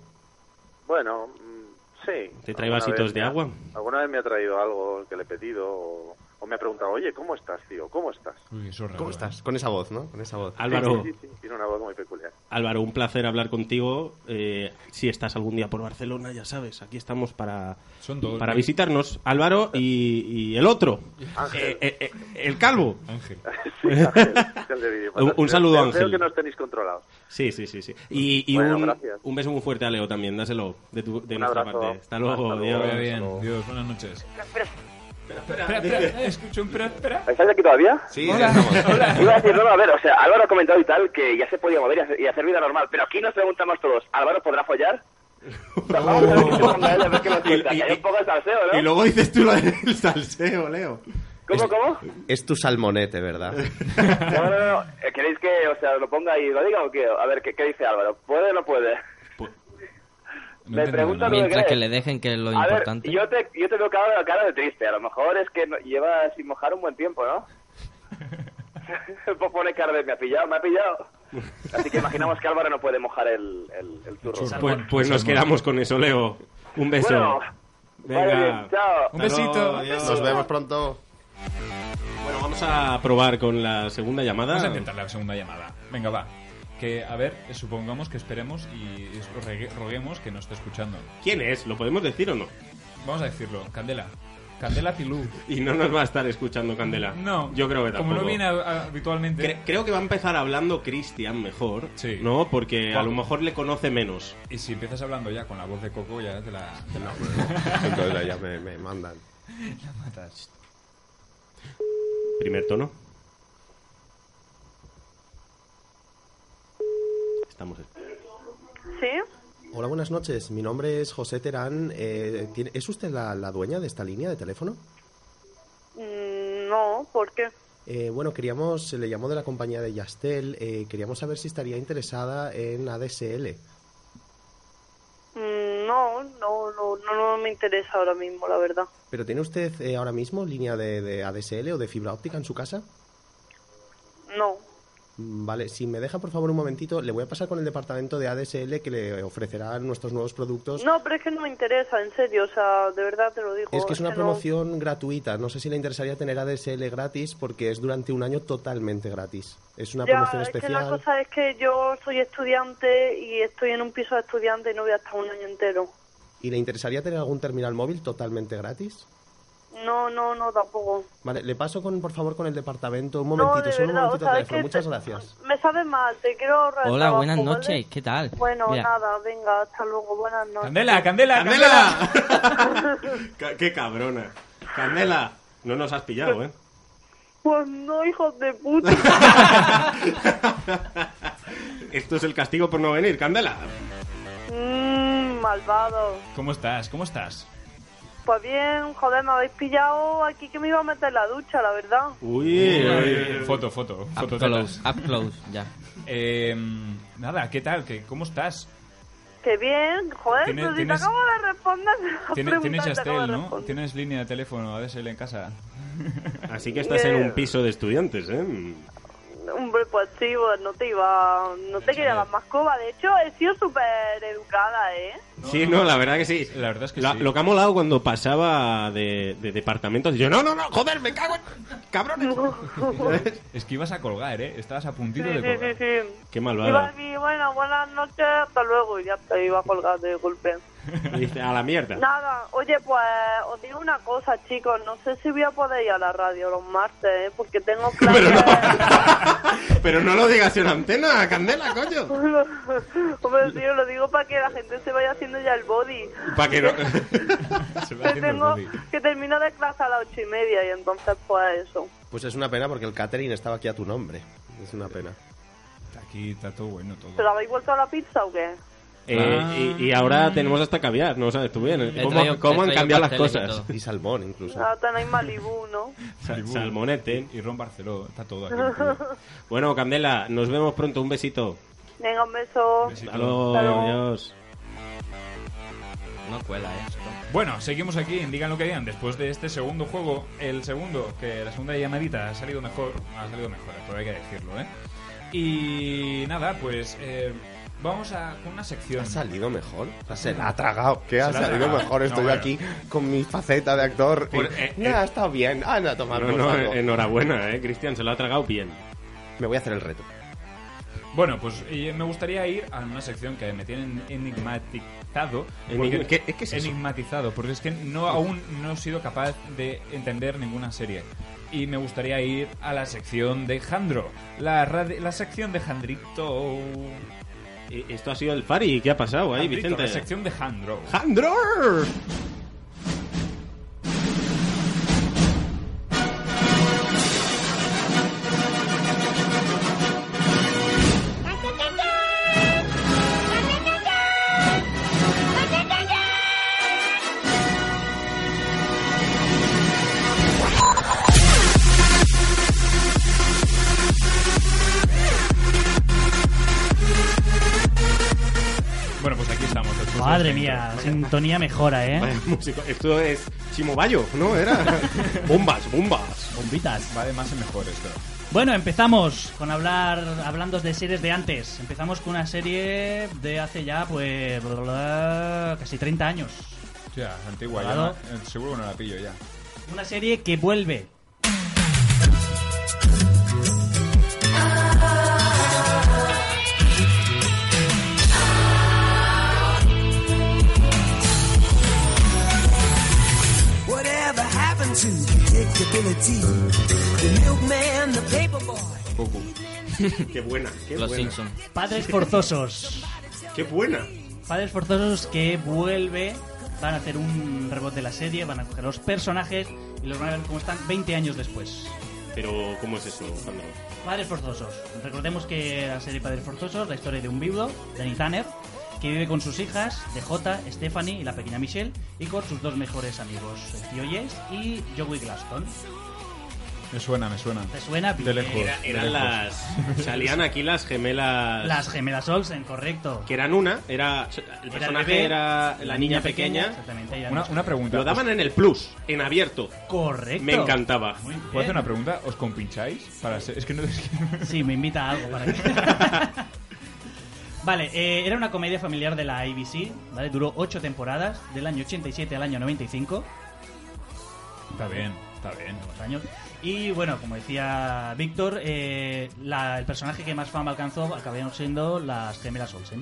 Bueno, mm, sí. ¿Te trae Alguna vasitos vez de me ha- agua? Alguna vez me ha traído algo que le he pedido o, o me ha preguntado, oye, ¿cómo estás, tío? ¿Cómo estás? ¿Cómo estás? Con esa voz, ¿no? Con esa voz. Álvaro. Sí, sí, sí, tiene una voz muy peculiar. Álvaro, un placer hablar contigo. Eh, si estás algún día por Barcelona, ya sabes, aquí estamos para, Son dos, para ¿no? visitarnos. Álvaro y, y el otro, Ángel. Eh, eh, eh, el calvo. Ángel. Sí, Ángel, Ángel de Videopatas. un, un saludo, Veo- Veo Ángel. que nos tenéis controlados. Sí, sí, sí. sí. Y, y Bueno, un, gracias. un beso muy fuerte a Leo también, dáselo de, tu- de Un nuestra abrazo. parte. Hasta luego, Hasta adiós. luego. Vaya bien, Dios, buenas noches. Espera, espera, escucho un espera, espera. ¿Estáis aquí todavía? Sí, hola. Iba a decir, no, no, a ver, o sea, Álvaro ha comentado y tal que ya se podía mover y hacer- y hacer vida normal, pero aquí nos preguntamos todos, ¿Álvaro podrá follar? O sea, Vamos a ver qué se ponga él, a ver qué nos cuenta, que hay un poco de salseo, ¿no? Y luego dices tú lo del salseo, Leo. ¿Cómo, cómo? Es tu salmonete, ¿verdad? No, no, no, eh, ¿queréis que, o sea, lo ponga y lo diga o qué? A ver, ¿qué, qué dice Álvaro? ¿Puede o no puede? Me preguntan lo Mientras que que crees. le dejen, que es lo a ver, importante. yo te, yo te veo cara, cara de triste. A lo mejor es que no- lleva sin mojar un buen tiempo, ¿no? Pues Pone cara de me ha pillado, me ha pillado. Así que imaginamos que Álvaro no puede mojar el, el, el turro. Pues, pues nos quedamos con eso, Leo. Un beso. Bueno, Venga. vale, bien, chao. Un besito. Hasta luego, adiós. Nos vemos pronto. Bueno, vamos a probar con la segunda llamada. Vamos a intentar la segunda llamada. Venga, va. Que, a ver, eh, supongamos que esperemos y es- regue- roguemos que nos esté escuchando. ¿Quién es? ¿Lo podemos decir o no? Vamos a decirlo, Candela. Candela Pilú. Y no nos va a estar escuchando Candela. No. Yo creo que Como tampoco. no viene a- a- habitualmente. Cre- creo que va a empezar hablando Cristian mejor, ¿no? Porque a Guau. lo mejor le conoce menos. Y si empiezas hablando ya con la voz de Coco, ya te la, te la- Entonces ya me, me mandan. la matas. Primer tono. Estamos Sí, Hola, buenas noches. Mi nombre es José Terán. Eh, ¿tiene- ¿Es usted la, la dueña de esta línea de teléfono? Mm, no, ¿por qué? Eh, bueno, queríamos, le llamó de la compañía de Yastel. eh, queríamos saber si estaría interesada en ADSL. Mm, No, no, no, no, no me interesa ahora mismo, la verdad. ¿Pero tiene usted eh, ahora mismo línea de, de ADSL o de fibra óptica en su casa? No. Mm, Vale, si me deja por favor un momentito, le voy a pasar con el departamento de ADSL que le ofrecerá nuestros nuevos productos. No, pero es que no me interesa, en serio, o sea, de verdad te lo digo. Es que es una no. promoción gratuita. No sé si le interesaría tener ADSL gratis porque es durante un año totalmente gratis. Es una Ya, promoción es especial. que la cosa es que yo soy estudiante y estoy en un piso de estudiante y no voy a estar un año entero. ¿Y le interesaría tener algún terminal móvil totalmente gratis? No, no, no, tampoco. Vale, le paso con por favor con el departamento un No, momentito, de solo un verdad, momentito o sea, al es teléfono. que Muchas te- gracias. Me sabe mal, te quiero ahorrar el Hola, trabajo, buenas ¿vale? noches, ¿qué tal? Bueno, Mira, nada, venga, hasta luego, buenas noches. Candela, Candela, Candela. Ca- Qué cabrona. Candela, no nos has pillado, ¿eh? Pues no, hijos de puta. Esto es el castigo por no venir, Candela. Mmm, malvado. ¿Cómo estás? ¿Cómo estás? Pues bien, joder, me habéis pillado aquí que me iba a meter en la ducha, la verdad. Uy, uy. foto, foto, Up foto close, tetas. up close, ya. Eh, nada, ¿qué tal? ¿Qué, ¿Cómo estás? Que bien, joder, Tienes- pero si tienes- te acabo de responder. la Tiene- pregunta Tienes que te acabo Yastel, de ¿no? Tienes línea de teléfono ADSL en casa. Así que estás en un piso de estudiantes, ¿eh? responder. Hombre, pues sí, pues no te iba. No te quería dar más coba. De hecho, he sido súper educada, ¿eh? Sí, no, la verdad que sí. La verdad es que sí. Lo que ha molado cuando pasaba de, de departamentos. Yo, no, no, no, joder, me cago en. ¡Cabrones! es que ibas a colgar, ¿eh? Estabas a puntito Sí, de sí, colgar. sí, sí. Qué Iba a decir, bueno, buenas noches, hasta luego, y ya te iba a colgar de golpe. Dice, a la mierda. Nada, oye, pues os digo una cosa, chicos, no sé si voy a poder ir a la radio los martes, ¿eh? porque tengo clases... Pero no lo digas en antena, Candela, coño. Hombre, tío, lo digo para que la gente se vaya haciendo ya el body. Para que no. Que, tengo, que termino de clase a las ocho y media y entonces pues eso. Pues es una pena porque el catering estaba aquí a tu nombre. Es una pena. Aquí está todo bueno, todo. ¿Pero habéis vuelto a la pizza o qué? Eh, Ah. y, y ahora tenemos hasta caviar, ¿no sabes tú bien? He ¿Cómo, traído- cómo he han traído cambiado las pasteles y cosas? todo. Y salmón, incluso. Ahora tenéis Malibú, ¿no? Salmonete. Y Ron Barceló, está todo Bueno, Candela, nos vemos pronto. Un besito. Venga, un beso. Hasta luego. Hasta luego. Adiós. No cuela, ¿eh? Esto. Bueno, seguimos aquí en Digan lo que digan. Después de este segundo juego, el segundo, que la segunda llamadita ha salido mejor, ha salido mejor, pero hay que decirlo, ¿eh? Y nada, pues eh, vamos a con una sección. ¿Ha salido mejor? O sea, se la ha tragado. ¿Qué ha Se la ha salido tragado. mejor? No, Estoy bueno. aquí con mi faceta de actor. Por- y- eh, Nah, ha estado bien. Ah, no, tomar No, por no, saco. enhorabuena, eh, Cristian, se lo ha tragado bien. Me voy a hacer el reto. Bueno, pues eh, me gustaría ir a una sección que me tienen enigmatizado. Enig- porque- ¿qué- qué es eso? Enigmatizado, porque es que no, aún no he sido capaz de entender ninguna serie. Y me gustaría ir a la sección de Jandro. La, radi- la sección de Jandrito. Eh, Esto ha sido el Fari. ¿Qué ha pasado ahí, Jandrito, Vicente? La sección de Jandro. ¡Jandro! Bueno, pues aquí estamos. después del Madre centro. mía, la sintonía mejora, ¿eh? Vaya músico. Esto es Chimobayo, ¿no? Era. bombas, bombas. Bombitas. Va de más en mejor esto. Bueno, empezamos con hablar, hablando de series de antes. Empezamos con una serie de hace ya, pues, bla, bla, bla, casi 30 años. Ya, antigua, ya. Claro. no- eh, seguro que no la pillo ya. Una serie que vuelve. Whatever happened to predictability? The milkman, the paperboy. Goku. qué buena, qué Los buena. Simpsons. Padres forzosos. Qué buena. Padres forzosos que vuelve. Van a hacer un rebote de la serie, van a coger los personajes y los van a ver cómo están 20 años después. Pero, ¿cómo es eso, Jandro? Padres Forzosos. Recordemos que la serie Padres Forzosos, la historia de un viudo, Danny Tanner, que vive con sus hijas, DJ, Stephanie y la pequeña Michelle, y con sus dos mejores amigos, el tío Jess y Joey Glaston. Me suena, me suena. Te suena bien. De lejos. Era- de Eran lejos. las. Salían aquí las gemelas. Las gemelas Olsen, correcto. Que eran una. Era, el personaje bebé, era la niña pequeña. Exactamente, ella Una, no- una pregunta. pues- Lo daban en el Plus, en abierto. Correcto. Me encantaba. ¿Puedo hacer una pregunta? ¿Os compincháis? Para ser- Es que no es que- Sí, me invita a algo para que... Vale, eh, era una comedia familiar de la ABC, ¿vale? Duró ocho temporadas, del año 87 al año 95. Está bien, está bien. los años. Y bueno, como decía Víctor, eh, la- el personaje que más fama alcanzó acabaron siendo las gemelas Olsen.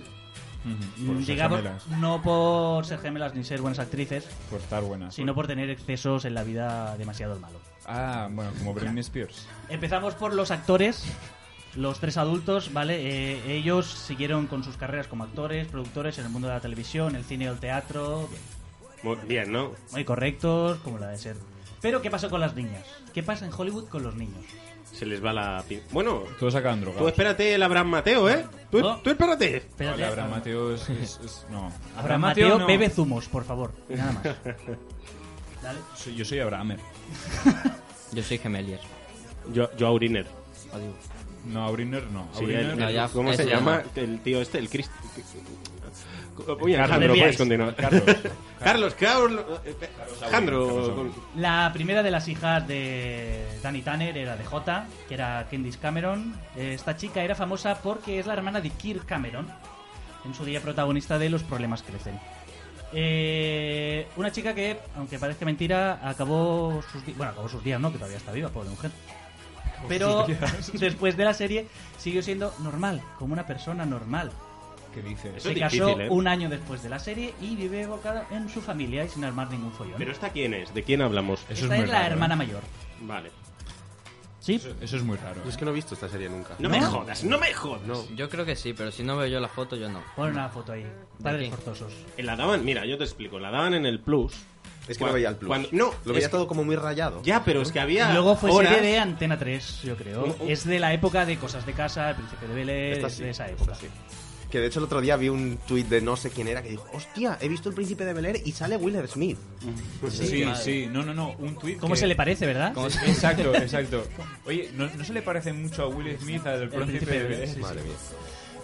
Ujú, por ser Digamos, gemelas. no por ser gemelas ni ser buenas actrices, Por estar buenas. sino por tener excesos en la vida demasiado malo. Ah, bueno, como Britney Spears. Empezamos por los actores, los tres adultos, ¿vale? Eh, ellos siguieron con sus carreras como actores, productores en el mundo de la televisión, el cine y el teatro, bien, Muy bien, ¿no? muy correctos, como la de ser. Pero, ¿qué pasó con las niñas? ¿Qué pasa en Hollywood con los niños? Se les va la. pin- Bueno, Todos sacan drogas. tú Pues espérate el Abraham Mateo, ¿eh? Tú, tú espérate. Vale, Abraham Mateo es, es- es- No. Abraham Mateo, no. bebe zumos, por favor. Nada más. Dale. Soy- Yo soy Abrahamer. Yo soy gemelier. Yo, yo Auriner. No, Auriner no. Sí, Auriner- el- el- ¿Cómo se llama? El tío este, el Chris. Uy, Carlos. Alejandro, puedes Elías. continuar. Carlos. Carlos, Carlos. eh, eh, Carlos Alejandro. Auriner. La primera de las hijas de Danny Tanner era de J, que era Candice Cameron. Eh, Esta chica era famosa porque es la hermana de Kirk Cameron, en su día protagonista de Los problemas crecen. Eh, una chica que, aunque parezca mentira, acabó sus, di- bueno, acabó sus días, ¿no? Que todavía está viva, pobre mujer. Pero Acabó sus días. después de la serie siguió siendo normal, como una persona normal. ¿Qué dices? Se casó ¿eh? un año después de la serie y vive evocada en su familia y sin armar ningún follón. Pero esta quién es? ¿De quién hablamos? Eso es Esta muy es la raro, hermana ¿eh? mayor. Vale. ¿Sí? Eso, eso es muy raro. ¿eh? Yo es que no he visto esta serie nunca. No me jodas, no me jodas. Yo creo que sí, pero si no veo yo la foto, yo no. Pon una foto ahí. Padres qué? forzosos. Eh, La daban, mira, yo te explico, la daban en el Plus. Es que no veía el Plus. Cuando- no, Lo veía es- todo como muy rayado. Ya, pero es que había. Y luego fue horas- serie de Antena 3, yo creo. Un- un- Es de la época de Cosas de Casa, El Príncipe de Belén, Esta es sí, de esa época. Que de hecho el otro día vi un tuit de no sé quién era que dijo, hostia, he visto el príncipe de Bel Air y sale Will Smith. Sí, sí, no, no, no, un tweet. ¿Cómo se le parece, verdad? ¿Cómo se- Exacto, exacto. Oye, ¿no, no se le parece mucho a Will Smith al del príncipe de Bel-Air? Madre mía.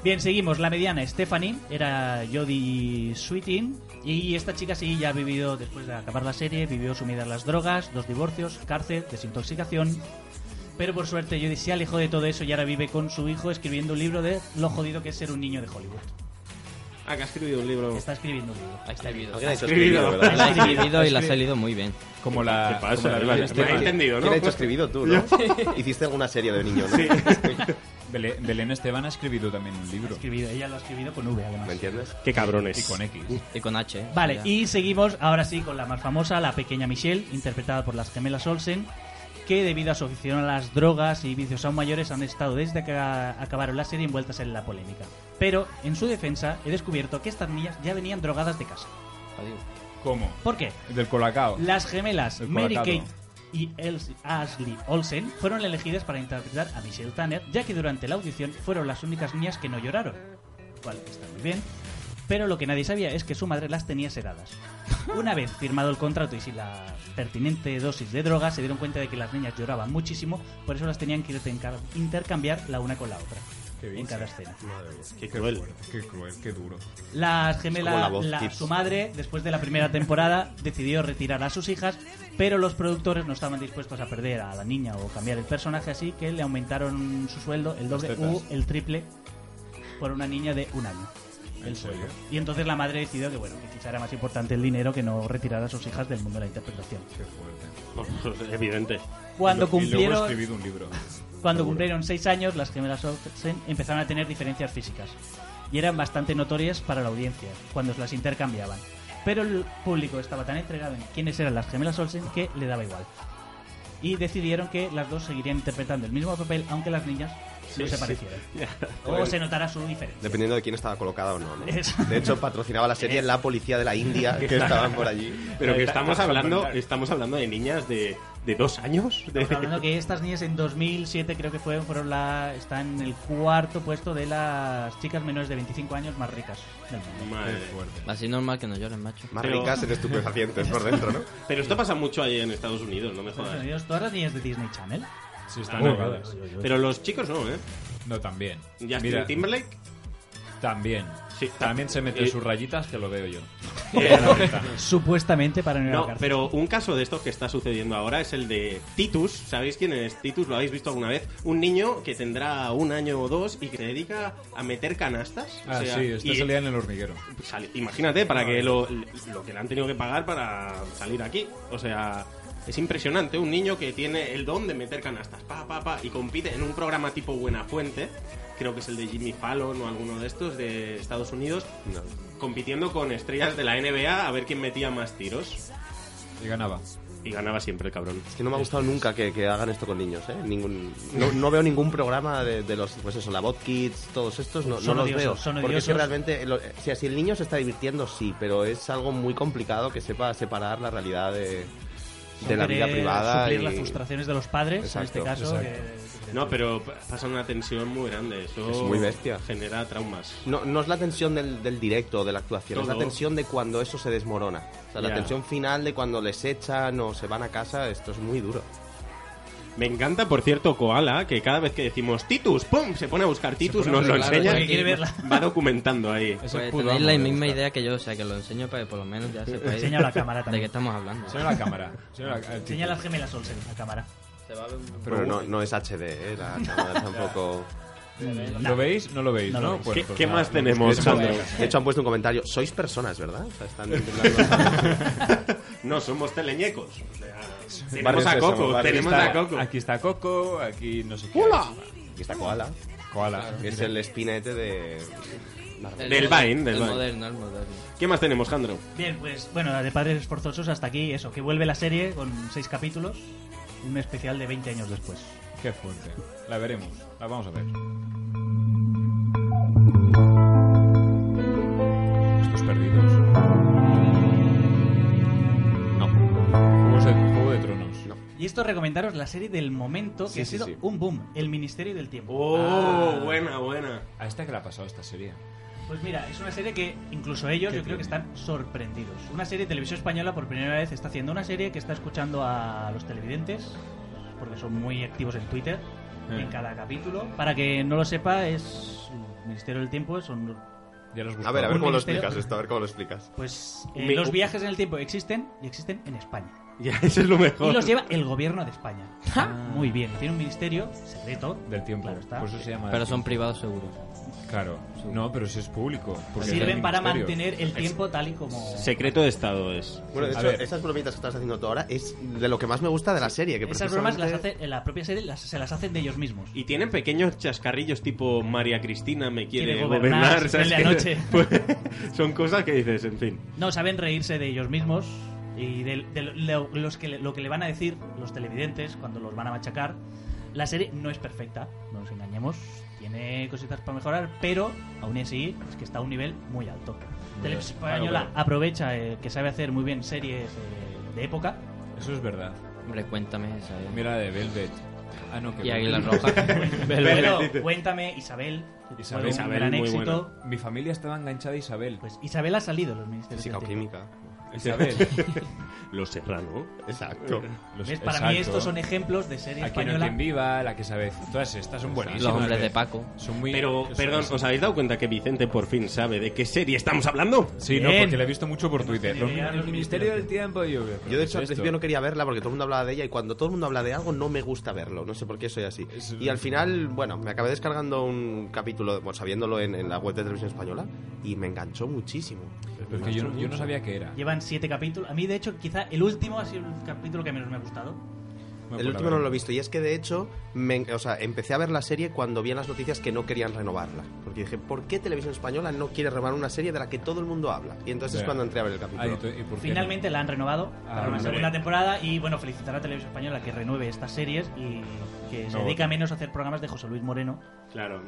Bien, seguimos. La mediana Stephanie era Jodie Sweetin. Y esta chica sí ya ha vivido, después de acabar la serie, vivió sumida en las drogas, dos divorcios, cárcel, desintoxicación. Pero por suerte Jodie se alejó de todo eso y ahora vive con su hijo escribiendo un libro de lo jodido que es ser un niño de Hollywood. Ah, que ha escrito un libro. Está escribiendo un libro. Ha escribido. Alguien ha dicho escribido, escribido. ¿verdad? La ha escribido y la ha Escribe- salido muy bien. Como la. ¿Qué pasa? como la de este- Vale, Will me Smith. he entendido, ¿Quién ¿no? ha hecho escribido tú, no? Hiciste alguna serie de niños, ¿no? Sí. Bele- Belén Esteban ha escribido también un libro. Escribido, ella lo ha escribido con V además. ¿Me entiendes? Qué cabrones. Y con X. Y con H. ¿eh? Vale, Ya. y seguimos ahora sí con la más famosa, la pequeña Michelle, interpretada por las gemelas Olsen, que debido a su afición a las drogas y vicios aún mayores han estado desde que a- acabaron la serie envueltas en la polémica. Pero, en su defensa, he descubierto que estas niñas ya venían drogadas de casa. Adiós. ¿Cómo? ¿Por qué? Del Colacao. Las gemelas El Mary colacao. Kate y Els- Ashley Olsen fueron elegidas para interpretar a Michelle Tanner, ya que durante la audición fueron las únicas niñas que no lloraron. Cual está muy bien. Pero lo que nadie sabía es que su madre las tenía sedadas. Una vez firmado el contrato y sin la pertinente dosis de droga, se dieron cuenta de que las niñas lloraban muchísimo, por eso las tenían que interca- intercambiar la una con la otra. Qué bien. En cada escena. Qué cruel. Qué cruel, qué duro. Las Como la gemelas, voz, la- Kids. su madre, después de la primera temporada, decidió retirar a sus hijas, pero los productores no estaban dispuestos a perder a la niña o cambiar el personaje, así que le aumentaron su sueldo el doble Las tetas. u el triple por una niña de un año. ¿En serio? Y entonces la madre decidió que, bueno, que quizá era más importante el dinero que no retirar a sus hijas del mundo de la interpretación. Qué fuerte. Evidente. Cuando Y lo- Y luego cumplieron- he escribido un libro. Cuando Seguro. cumplieron seis años, las gemelas Olsen empezaron a tener diferencias físicas y eran bastante notorias para la audiencia cuando las intercambiaban. Pero el público estaba tan entregado en quiénes eran las gemelas Olsen que le daba igual. Y decidieron que las dos seguirían interpretando el mismo papel aunque las niñas Sí, no se sí. parecieran. Ya. O se notara su diferencia. Dependiendo de quién estaba colocada o no, ¿no? Eso. De hecho, patrocinaba la serie la policía de la India que estaban por allí. Pero que Está- estamos está- hablando, está- estamos hablando de niñas de, de dos años. De- Estamos hablando que estas niñas en 2007 creo que fueron, fueron la, están en el cuarto puesto de las chicas menores de 25 años más ricas del mundo. Ah, Así normal que no lloren, macho. Pero- Pero esto Sí. pasa mucho ahí en Estados Unidos, no me Estados jodas. Unidos, todas las niñas de Disney Channel. Sí, están drogadas. Pero los chicos no, ¿eh? No, también. Justin Mira. Timberlake. También. También se mete eh, sus rayitas, que lo veo yo. Eh, Supuestamente para no ir a la No, cárcel. pero un caso de estos que está sucediendo ahora es el de Titus. ¿Sabéis quién es Titus? ¿Lo habéis visto alguna vez? Un niño que tendrá un año o dos y que se dedica a meter canastas. Ah, O sea, sí, este y- pues, salía en el hormiguero. Ah, sale- imagínate, para que lo, lo que le han tenido que pagar para salir aquí. O sea, es impresionante. Un niño que tiene el don de meter canastas, pa, pa, pa, y compite en un programa tipo Buenafuente, creo que es el de Jimmy Fallon o alguno de estos de Estados Unidos, compitiendo con estrellas de la NBA a ver quién metía más tiros. Y ganaba. Y ganaba siempre el cabrón. Es que no me ha gustado nunca que, que hagan esto con niños, ¿eh? Ningún, no, no veo ningún programa de, de los, pues eso, la Bot Kids, todos estos, no, Son no los odiosos, veo. son porque es que odiosos. realmente, lo- eh, o sea, si el niño se está divirtiendo, sí, pero es algo muy complicado que sepa separar la realidad de, de la vida Querer privada. suplir y- las frustraciones de los padres, en este caso, que- No, pero pa- pasa una tensión muy grande. Eso Es muy bestia. genera traumas. No, no es la tensión del, del directo, de la actuación, es Todo. la tensión de cuando eso se desmorona. O sea, la Ya. tensión final de cuando les echan o se van a casa, esto es muy duro. Me encanta, por cierto, Koala, que cada vez que decimos Titus, ¡pum! Se pone a buscar Titus, pone a nos lo buscar, enseña porque y quiere verla. va documentando ahí. Pues tenéis la misma idea que yo, o sea, que lo enseño para que por lo menos ya sepáis Enseña la cámara de también. qué estamos hablando. Enseña la cámara. Enseña la- el Enseña las gemelas Olsen, la cámara. Pero, no, no es HD, ¿eh? La cámara tampoco... ¿Lo veis? No lo veis, ¿no? Pues- pues nada, no, De es hecho, que no- de hecho, han puesto un comentario. Sois personas, ¿verdad? O sea, están no, somos teleñecos. O Barrio sea, tenemos a Sésamo, Coco, Barrio tenemos Sésamo. a Coco. Aquí está Coco, aquí no sé qué. ¡Hola! Aquí está Koala. Koala. Que es el espinete de... Del Vine, del el Vine. moderno, el moderno. ¿Qué más tenemos, Jandro? Bien, pues bueno, la de Padres Forzosos hasta aquí, eso, que vuelve la serie con seis capítulos, un especial de 20 años después. Qué fuerte. La veremos, la vamos a ver. Estos perdidos. No. Juegos de, Juego de Tronos. No. Y esto recomendaros la serie del momento, que Sí, ha sí, sido sí. Ah. un boom, El Ministerio del Tiempo. Oh, buena, buena. ¿A esta que le ha pasado esta serie? Pues mira, es una serie que incluso ellos ¿Qué yo creo que tiene? están sorprendidos. Una serie de televisión española por primera vez está haciendo una serie que está escuchando a los televidentes, porque son muy activos en Twitter, Eh. en cada capítulo. Para que no lo sepa, es el Ministerio del Tiempo, son... Ya los A ver, a ver Un cómo lo ministerio- explicas esto, a ver cómo lo explicas. Pues eh, Mi- los viajes en el tiempo existen y existen en España. Ya, eso es lo mejor. Y los lleva el gobierno de España. Muy bien, tiene un ministerio secreto. Del tiempo. Claro está. Por eso se llama. Pero del son tiempo. privados seguros. Claro. No, pero si es público. porque es Sirven del para ministerio. mantener el Ex- tiempo tal y como... Secreto de Estado es. Bueno, de A hecho, ver. esas bromitas que estás haciendo tú ahora es de lo que más me gusta de la serie. Que Esas precisamente- bromas las hace, en la propia serie las- se las hacen de ellos mismos. Y tienen pequeños chascarrillos tipo María Cristina me quiere, Quiere gobernar, se gobernar. ¿sabes sale qué? anoche. Pues, son cosas que dices, en fin. No, saben reírse de ellos mismos y de, de lo, los que, le- lo que le van a decir los televidentes cuando los van a machacar. La serie no es perfecta, no nos engañemos. Tiene cositas para mejorar, pero aún así es que está a un nivel muy alto. Televisión claro, Española claro. aprovecha eh, que sabe hacer muy bien series eh, de época. Eso es verdad. Hombre, cuéntame esa. eh. Mira la de Velvet. Ah, no, que Y Águila Velvet. Roja. Pero cuéntame, Isabel. que fue Isabel, un Isabel, gran muy éxito. buena. Mi familia estaba enganchada a Isabel. Pues Isabel ha salido de los ministerios. Física o del Tiempo. química. Isabel. Los Serrano. Exacto. Los- ¿Ves? Para exacto. mí estos son ejemplos de serie Aquí no hay española. Pues quien viva, la que sabe. Todas estas son buenísimas. Los hombres de Paco. eh. Son muy. Pero, son- perdón, son- ¿os habéis dado cuenta que Vicente por fin sabe de qué serie estamos hablando? Sí, no, porque la he visto mucho por Twitter. Los- idea, el Ministerio del Tiempo. Yo, Yo de hecho al principio no quería verla porque todo el mundo hablaba de ella y cuando todo el mundo habla de algo no me gusta verlo, no sé por qué soy así. Y al final, bueno, me acabé descargando un capítulo, bueno, sabiéndolo en, en la web de televisión española y me enganchó muchísimo. Pero que yo no- yo no sabía qué era. Llevan siete capítulos. A mí, de hecho, quizá el último ha sido el capítulo que menos me ha gustado. pues El último no lo he visto y es que de hecho, me- o sea, empecé a ver la serie cuando vi en las noticias que no querían renovarla. Porque dije, ¿por qué Televisión Española no quiere renovar una serie de la que todo el mundo habla? Y entonces Ya. es cuando entré a ver el Ah, capítulo. y tú- y por qué Finalmente la han renovado Ah, para una hombre. segunda temporada y bueno, felicitar a Televisión Española que renueve estas series y que se No dedica vota. menos a hacer programas de José Luis Moreno. Claro.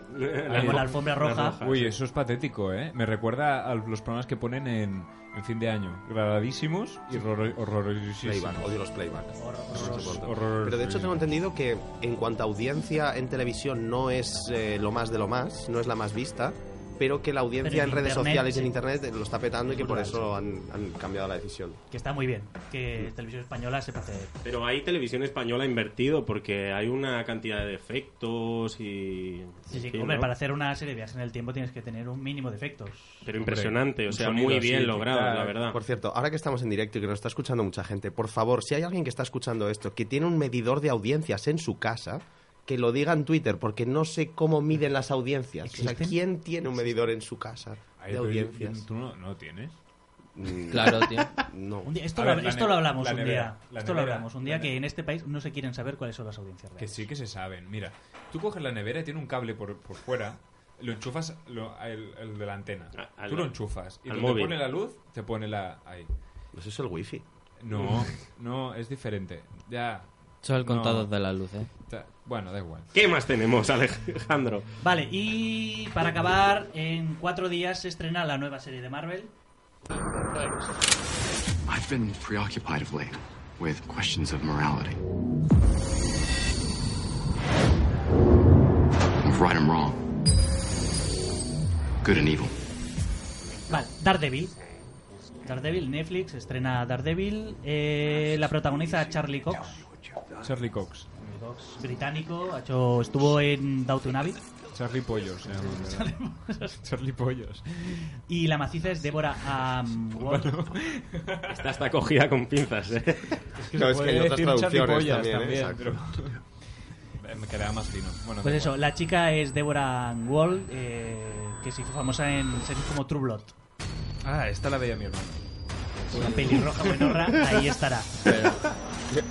Ahí con la alfombra roja. Uy, eso es patético, ¿eh? Me recuerda a los programas que ponen en, en fin de año. Gradadísimos y horror- horrorosísimos. Playback, odio los playbacks. Horror- horror- Pero de hecho tengo entendido que en cuanto a audiencia en televisión no es eh, lo más de lo más, no es la más vista, pero que la audiencia Pero en en, redes internet, sociales y en sí. internet eh, lo está petando y que por brutal, eso han, han cambiado la decisión. Que está muy bien. Que Televisión Española sepa hacer. Pero hay televisión española ha invertido porque hay una cantidad de efectos y. Sí, sí, en fin, hombre, ¿no? para hacer una serie de viajes en el tiempo tienes que tener un mínimo de efectos. Pero impresionante, o sea, muy bien logrado, la verdad. Por cierto, ahora que estamos en directo y que nos está escuchando mucha gente, por favor, si hay alguien que está escuchando esto, que tiene un medidor de audiencias en su casa, que lo diga en Twitter, porque no sé cómo miden las audiencias. O sea, ¿Existen? ¿quién tiene un medidor en su casa Ay, de pero audiencias? ¿Tú no, no tienes? Claro, tío. No. Un día- esto A lo, ver, la esto nevera, lo hablamos la un nevera, día. la Esto lo nevera, hablamos un día que en este país no se quieren saber cuáles son las audiencias reales. Que sí que se saben. Mira, tú coges la nevera y tiene un cable por, por fuera, lo enchufas lo- el, el de la antena. al- tú lo enchufas. Y al donde móvil. pone la luz, te pone la... Ahí. Pues es el wifi. No, no, es diferente. Ya... Son el No. contador de la luz, ¿eh? Ta- Bueno, da igual. ¿Qué más tenemos, Alejandro? Vale, y para acabar, en cuatro días se estrena la nueva serie de Marvel. I've been preoccupied of late with questions of morality. Of right and wrong. Good and evil. Vale, Daredevil. Daredevil, Netflix, estrena Daredevil. Eh, la protagoniza Charlie Cox. Charlie Cox. Charlie Cox, británico, ha hecho- estuvo en Downton Abbey. Charlie Pollos. se llama, ¿verdad? Charlie Pollos. Y la maciza es Débora Am- Esta está cogida con pinzas, ¿eh? que No, se es que puede hay otras decir traducciones Pollas también, también, exacto. pero- Me quedaba más fino. Bueno, Pues da eso, igual. la chica es Deborah Wall, eh, que se hizo famosa en series como True Blood. Ah, esta la veía mi hermano. Una pelirroja buenorra, ahí estará.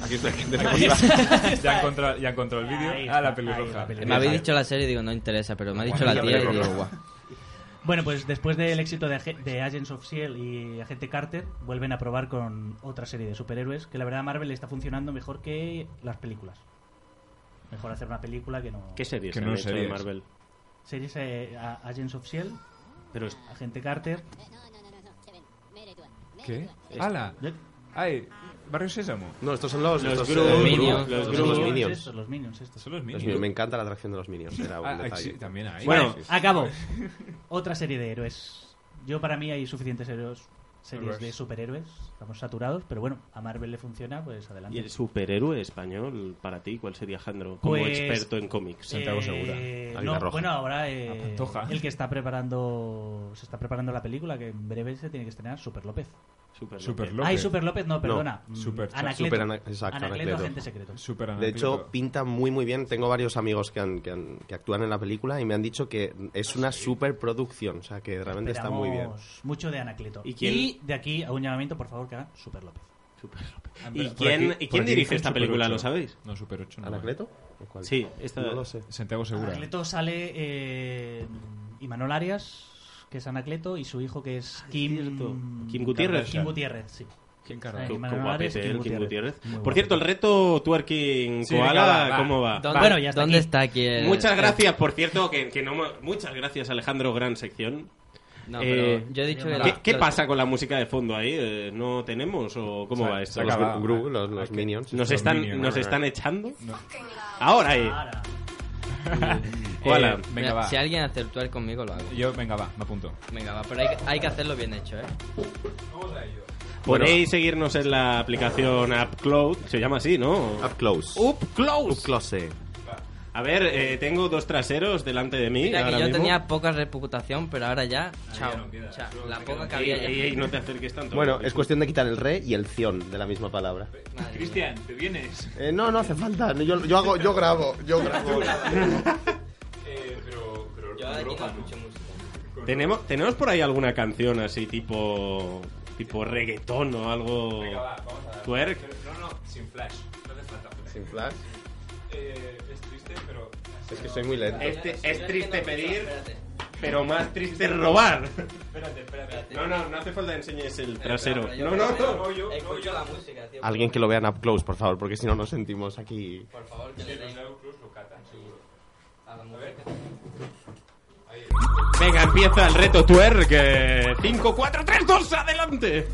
Aquí está, aquí Ahí está. Ya he encontrado, ya he encontrado el Ahí vídeo. está, Ah, la ahí pelirroja. la pelirroja. Me habéis dicho la serie y digo, no interesa, pero me ha dicho Bueno, la ya tía y me digo, lo guau. Bueno, pues después del éxito de, Ag- de Agents of S.H.I.E.L.D. E y Agente Carter, vuelven a probar con otra serie de superhéroes que la verdad a Marvel le está funcionando mejor que las películas. Mejor hacer una película que no... ¿Qué series Que han no hecho de series. Marvel? Series eh, a- Agents of S.H.I.E.L.D., Pero Agente Carter... ¿Qué? ¡Hala! ¿Eh? ¡Ay! Barrio Sésamo. No, estos son los, Los estos, Gru, eh, los Gru, Minions, estos los son los Gru. Minions. Estos, los Minions, estos. Son los Los Minions. Minions, Me encanta la atracción de los Minions. Era un Ah, detalle. sí, también hay. Bueno, Sí, sí. acabo. Otra serie de héroes. Yo para mí hay suficientes héroes, series Héroes. de superhéroes. Estamos saturados, pero bueno, a Marvel le funciona, pues adelante. ¿Y el superhéroe español para ti cuál sería, Alejandro? Como Pues, experto en cómics. eh, no, bueno, ahora eh, el que está preparando se está preparando la película que en breve se tiene que estrenar, Super López. Super Super López. López. Ay, Super López, no, perdona. Mm, Super Anacleto. Super ana- exacto, Anacleto, Anacleto. agente secreto. Super De hecho, pinta muy muy bien. Tengo varios amigos que, han- que han- que actúan en la película y me han dicho que es una superproducción, o sea que realmente está muy bien. Ah, Esperamos Mucho de Anacleto. ¿Y ¿Y, quién- de aquí a un llamamiento, por favor, que hagan Super López. Ah, ¿Y pero por quién- aquí- y por quién aquí dirige dicen esta Super película, 8. lo sabéis? No, Super 8. No, ¿Anacleto? ¿Cuál? Sí, esta- No lo sé. Santiago Segura. Anacleto sale eh, Imanol Arias, que es Anacleto, y su hijo que es Kim... Ah, Kim Gutiérrez. Kim Gutiérrez, sí. Eh, Kim Qué- qué Imanol Arias guapete, y Kim el Kim Gutiérrez. Muy Por guapo. cierto, el reto twerking Sí, koala, venga, va, va. ¿cómo va? ¿Dónde- Va. Bueno, ya está ¿dónde aquí. está aquí el- Muchas el- gracias, por cierto, que, que no ma- muchas gracias Alejandro, gran sección. Eh, No, pero yo he dicho que ¿Qué, la- qué que la- pasa con la música de fondo ahí? Eh, ¿No tenemos o cómo Se- va se esto? acaba. Los Gru- Ah, los- los Minions. Nos Los están, Minions. nos Bueno, están no. echando. Ahora eh. ahí. Koala. Eh, mira, Si alguien hace el tuer conmigo, lo hago. Yo, venga, va, me apunto. Venga, va, pero hay, que- hay que hacerlo bien hecho, ¿eh? Podéis seguirnos en la aplicación AppCloud, se llama así, ¿no? AppClose. AppClose. AppClose. A ver, eh, tengo dos traseros delante de mí. Mira, que ahora yo mismo. tenía poca reputación, pero ahora ya, chao. O sea, la poca que había Ey, ya. ey, ey, no te acerques tanto. Bueno, es cuestión de quitar el re y el cion de la misma palabra. Cristian, ¿te vienes? Eh, no, no hace falta. No, Yo, yo hago, yo grabo, yo grabo. Eh, ¿Tenemos, tenemos por ahí alguna canción así tipo tipo reggaetón o algo twerk. No, no, sin flash. No hace falta flash. Sin flash. Eh, es triste, pero... Es que soy muy lento. Este- es triste pedir, pero más triste robar. Espérate, espérate. No, no, no hace falta que enseñes el trasero. pero No, yo no, prefiero- no. Escucho la música, tío. Alguien que lo vean up close, por favor, porque si no nos sentimos aquí. Por favor, que le deis. Venga, empieza el reto twerk. eh, 5, 4, 3, 2, adelante.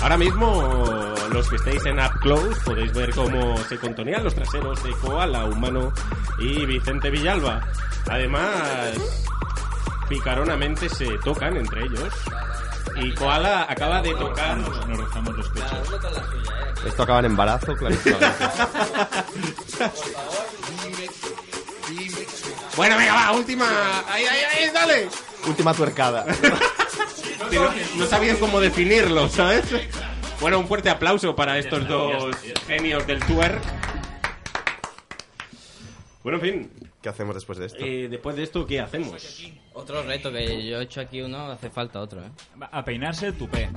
Ahora mismo, los que estéis en Up Close podéis ver cómo se contonean los traseros de Koala, Humano y Vicente Villalba. Además, picaronamente se tocan entre ellos. Y Koala acaba de tocar. Nos rozamos los pechos. Esto acaba en embarazo, claro. Bueno, venga, va, última. Ahí, ahí, ahí, dale. Última tuercada. Sí, no, no sabían cómo definirlo, ¿sabes? Bueno, un fuerte aplauso para estos dos genios del twerk. Bueno, en fin. ¿Qué hacemos después de esto? Eh, después de esto, ¿qué hacemos? Otro reto que yo he hecho aquí uno, hace falta otro, ¿eh? A peinarse el tupé.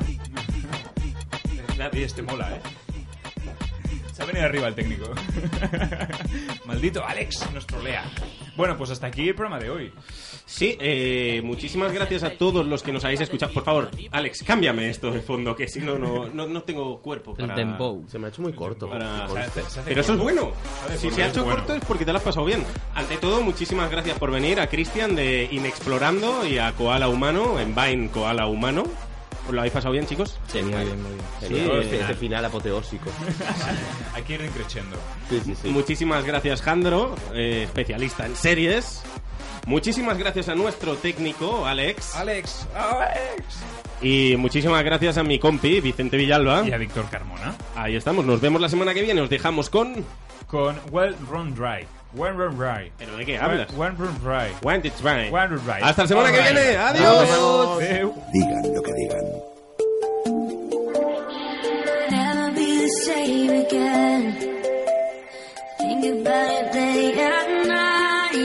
Nadie este mola, ¿eh? Se ha venido arriba el técnico. Maldito Alex nos trolea. Bueno, pues hasta aquí el programa de hoy. Sí, eh, muchísimas gracias a todos los que nos habéis escuchado. Por favor, Alex, cámbiame esto de fondo, que si no, no, no, no tengo cuerpo para... Se me ha hecho muy corto. para- Muy corto. Pero eso es bueno. Si se ha hecho Bueno. corto es porque te lo has pasado bien. Ante todo, muchísimas gracias por venir a Cristian de Inexplorando y a Koala Humano, en Vine Koala Humano. ¿Os lo habéis pasado bien, chicos? Sí, muy bien, muy bien. Genial. Este- este final apoteósico. Hay que ir increciendo. Muchísimas gracias, Jandro, eh, especialista en series. Muchísimas gracias a nuestro técnico, Alex. Alex, Alex. Y muchísimas gracias a mi compi, Vicente Villalba. Y a Víctor Carmona. Ahí estamos, nos vemos la semana que viene, os dejamos con... Con Well Run Dry. Well Run Dry. ¿Pero de qué hablas? Well Run Dry. When It's Right. Well Run Dry. Hasta la semana que Alright. viene, Adiós. adiós. Adeu. Digan lo que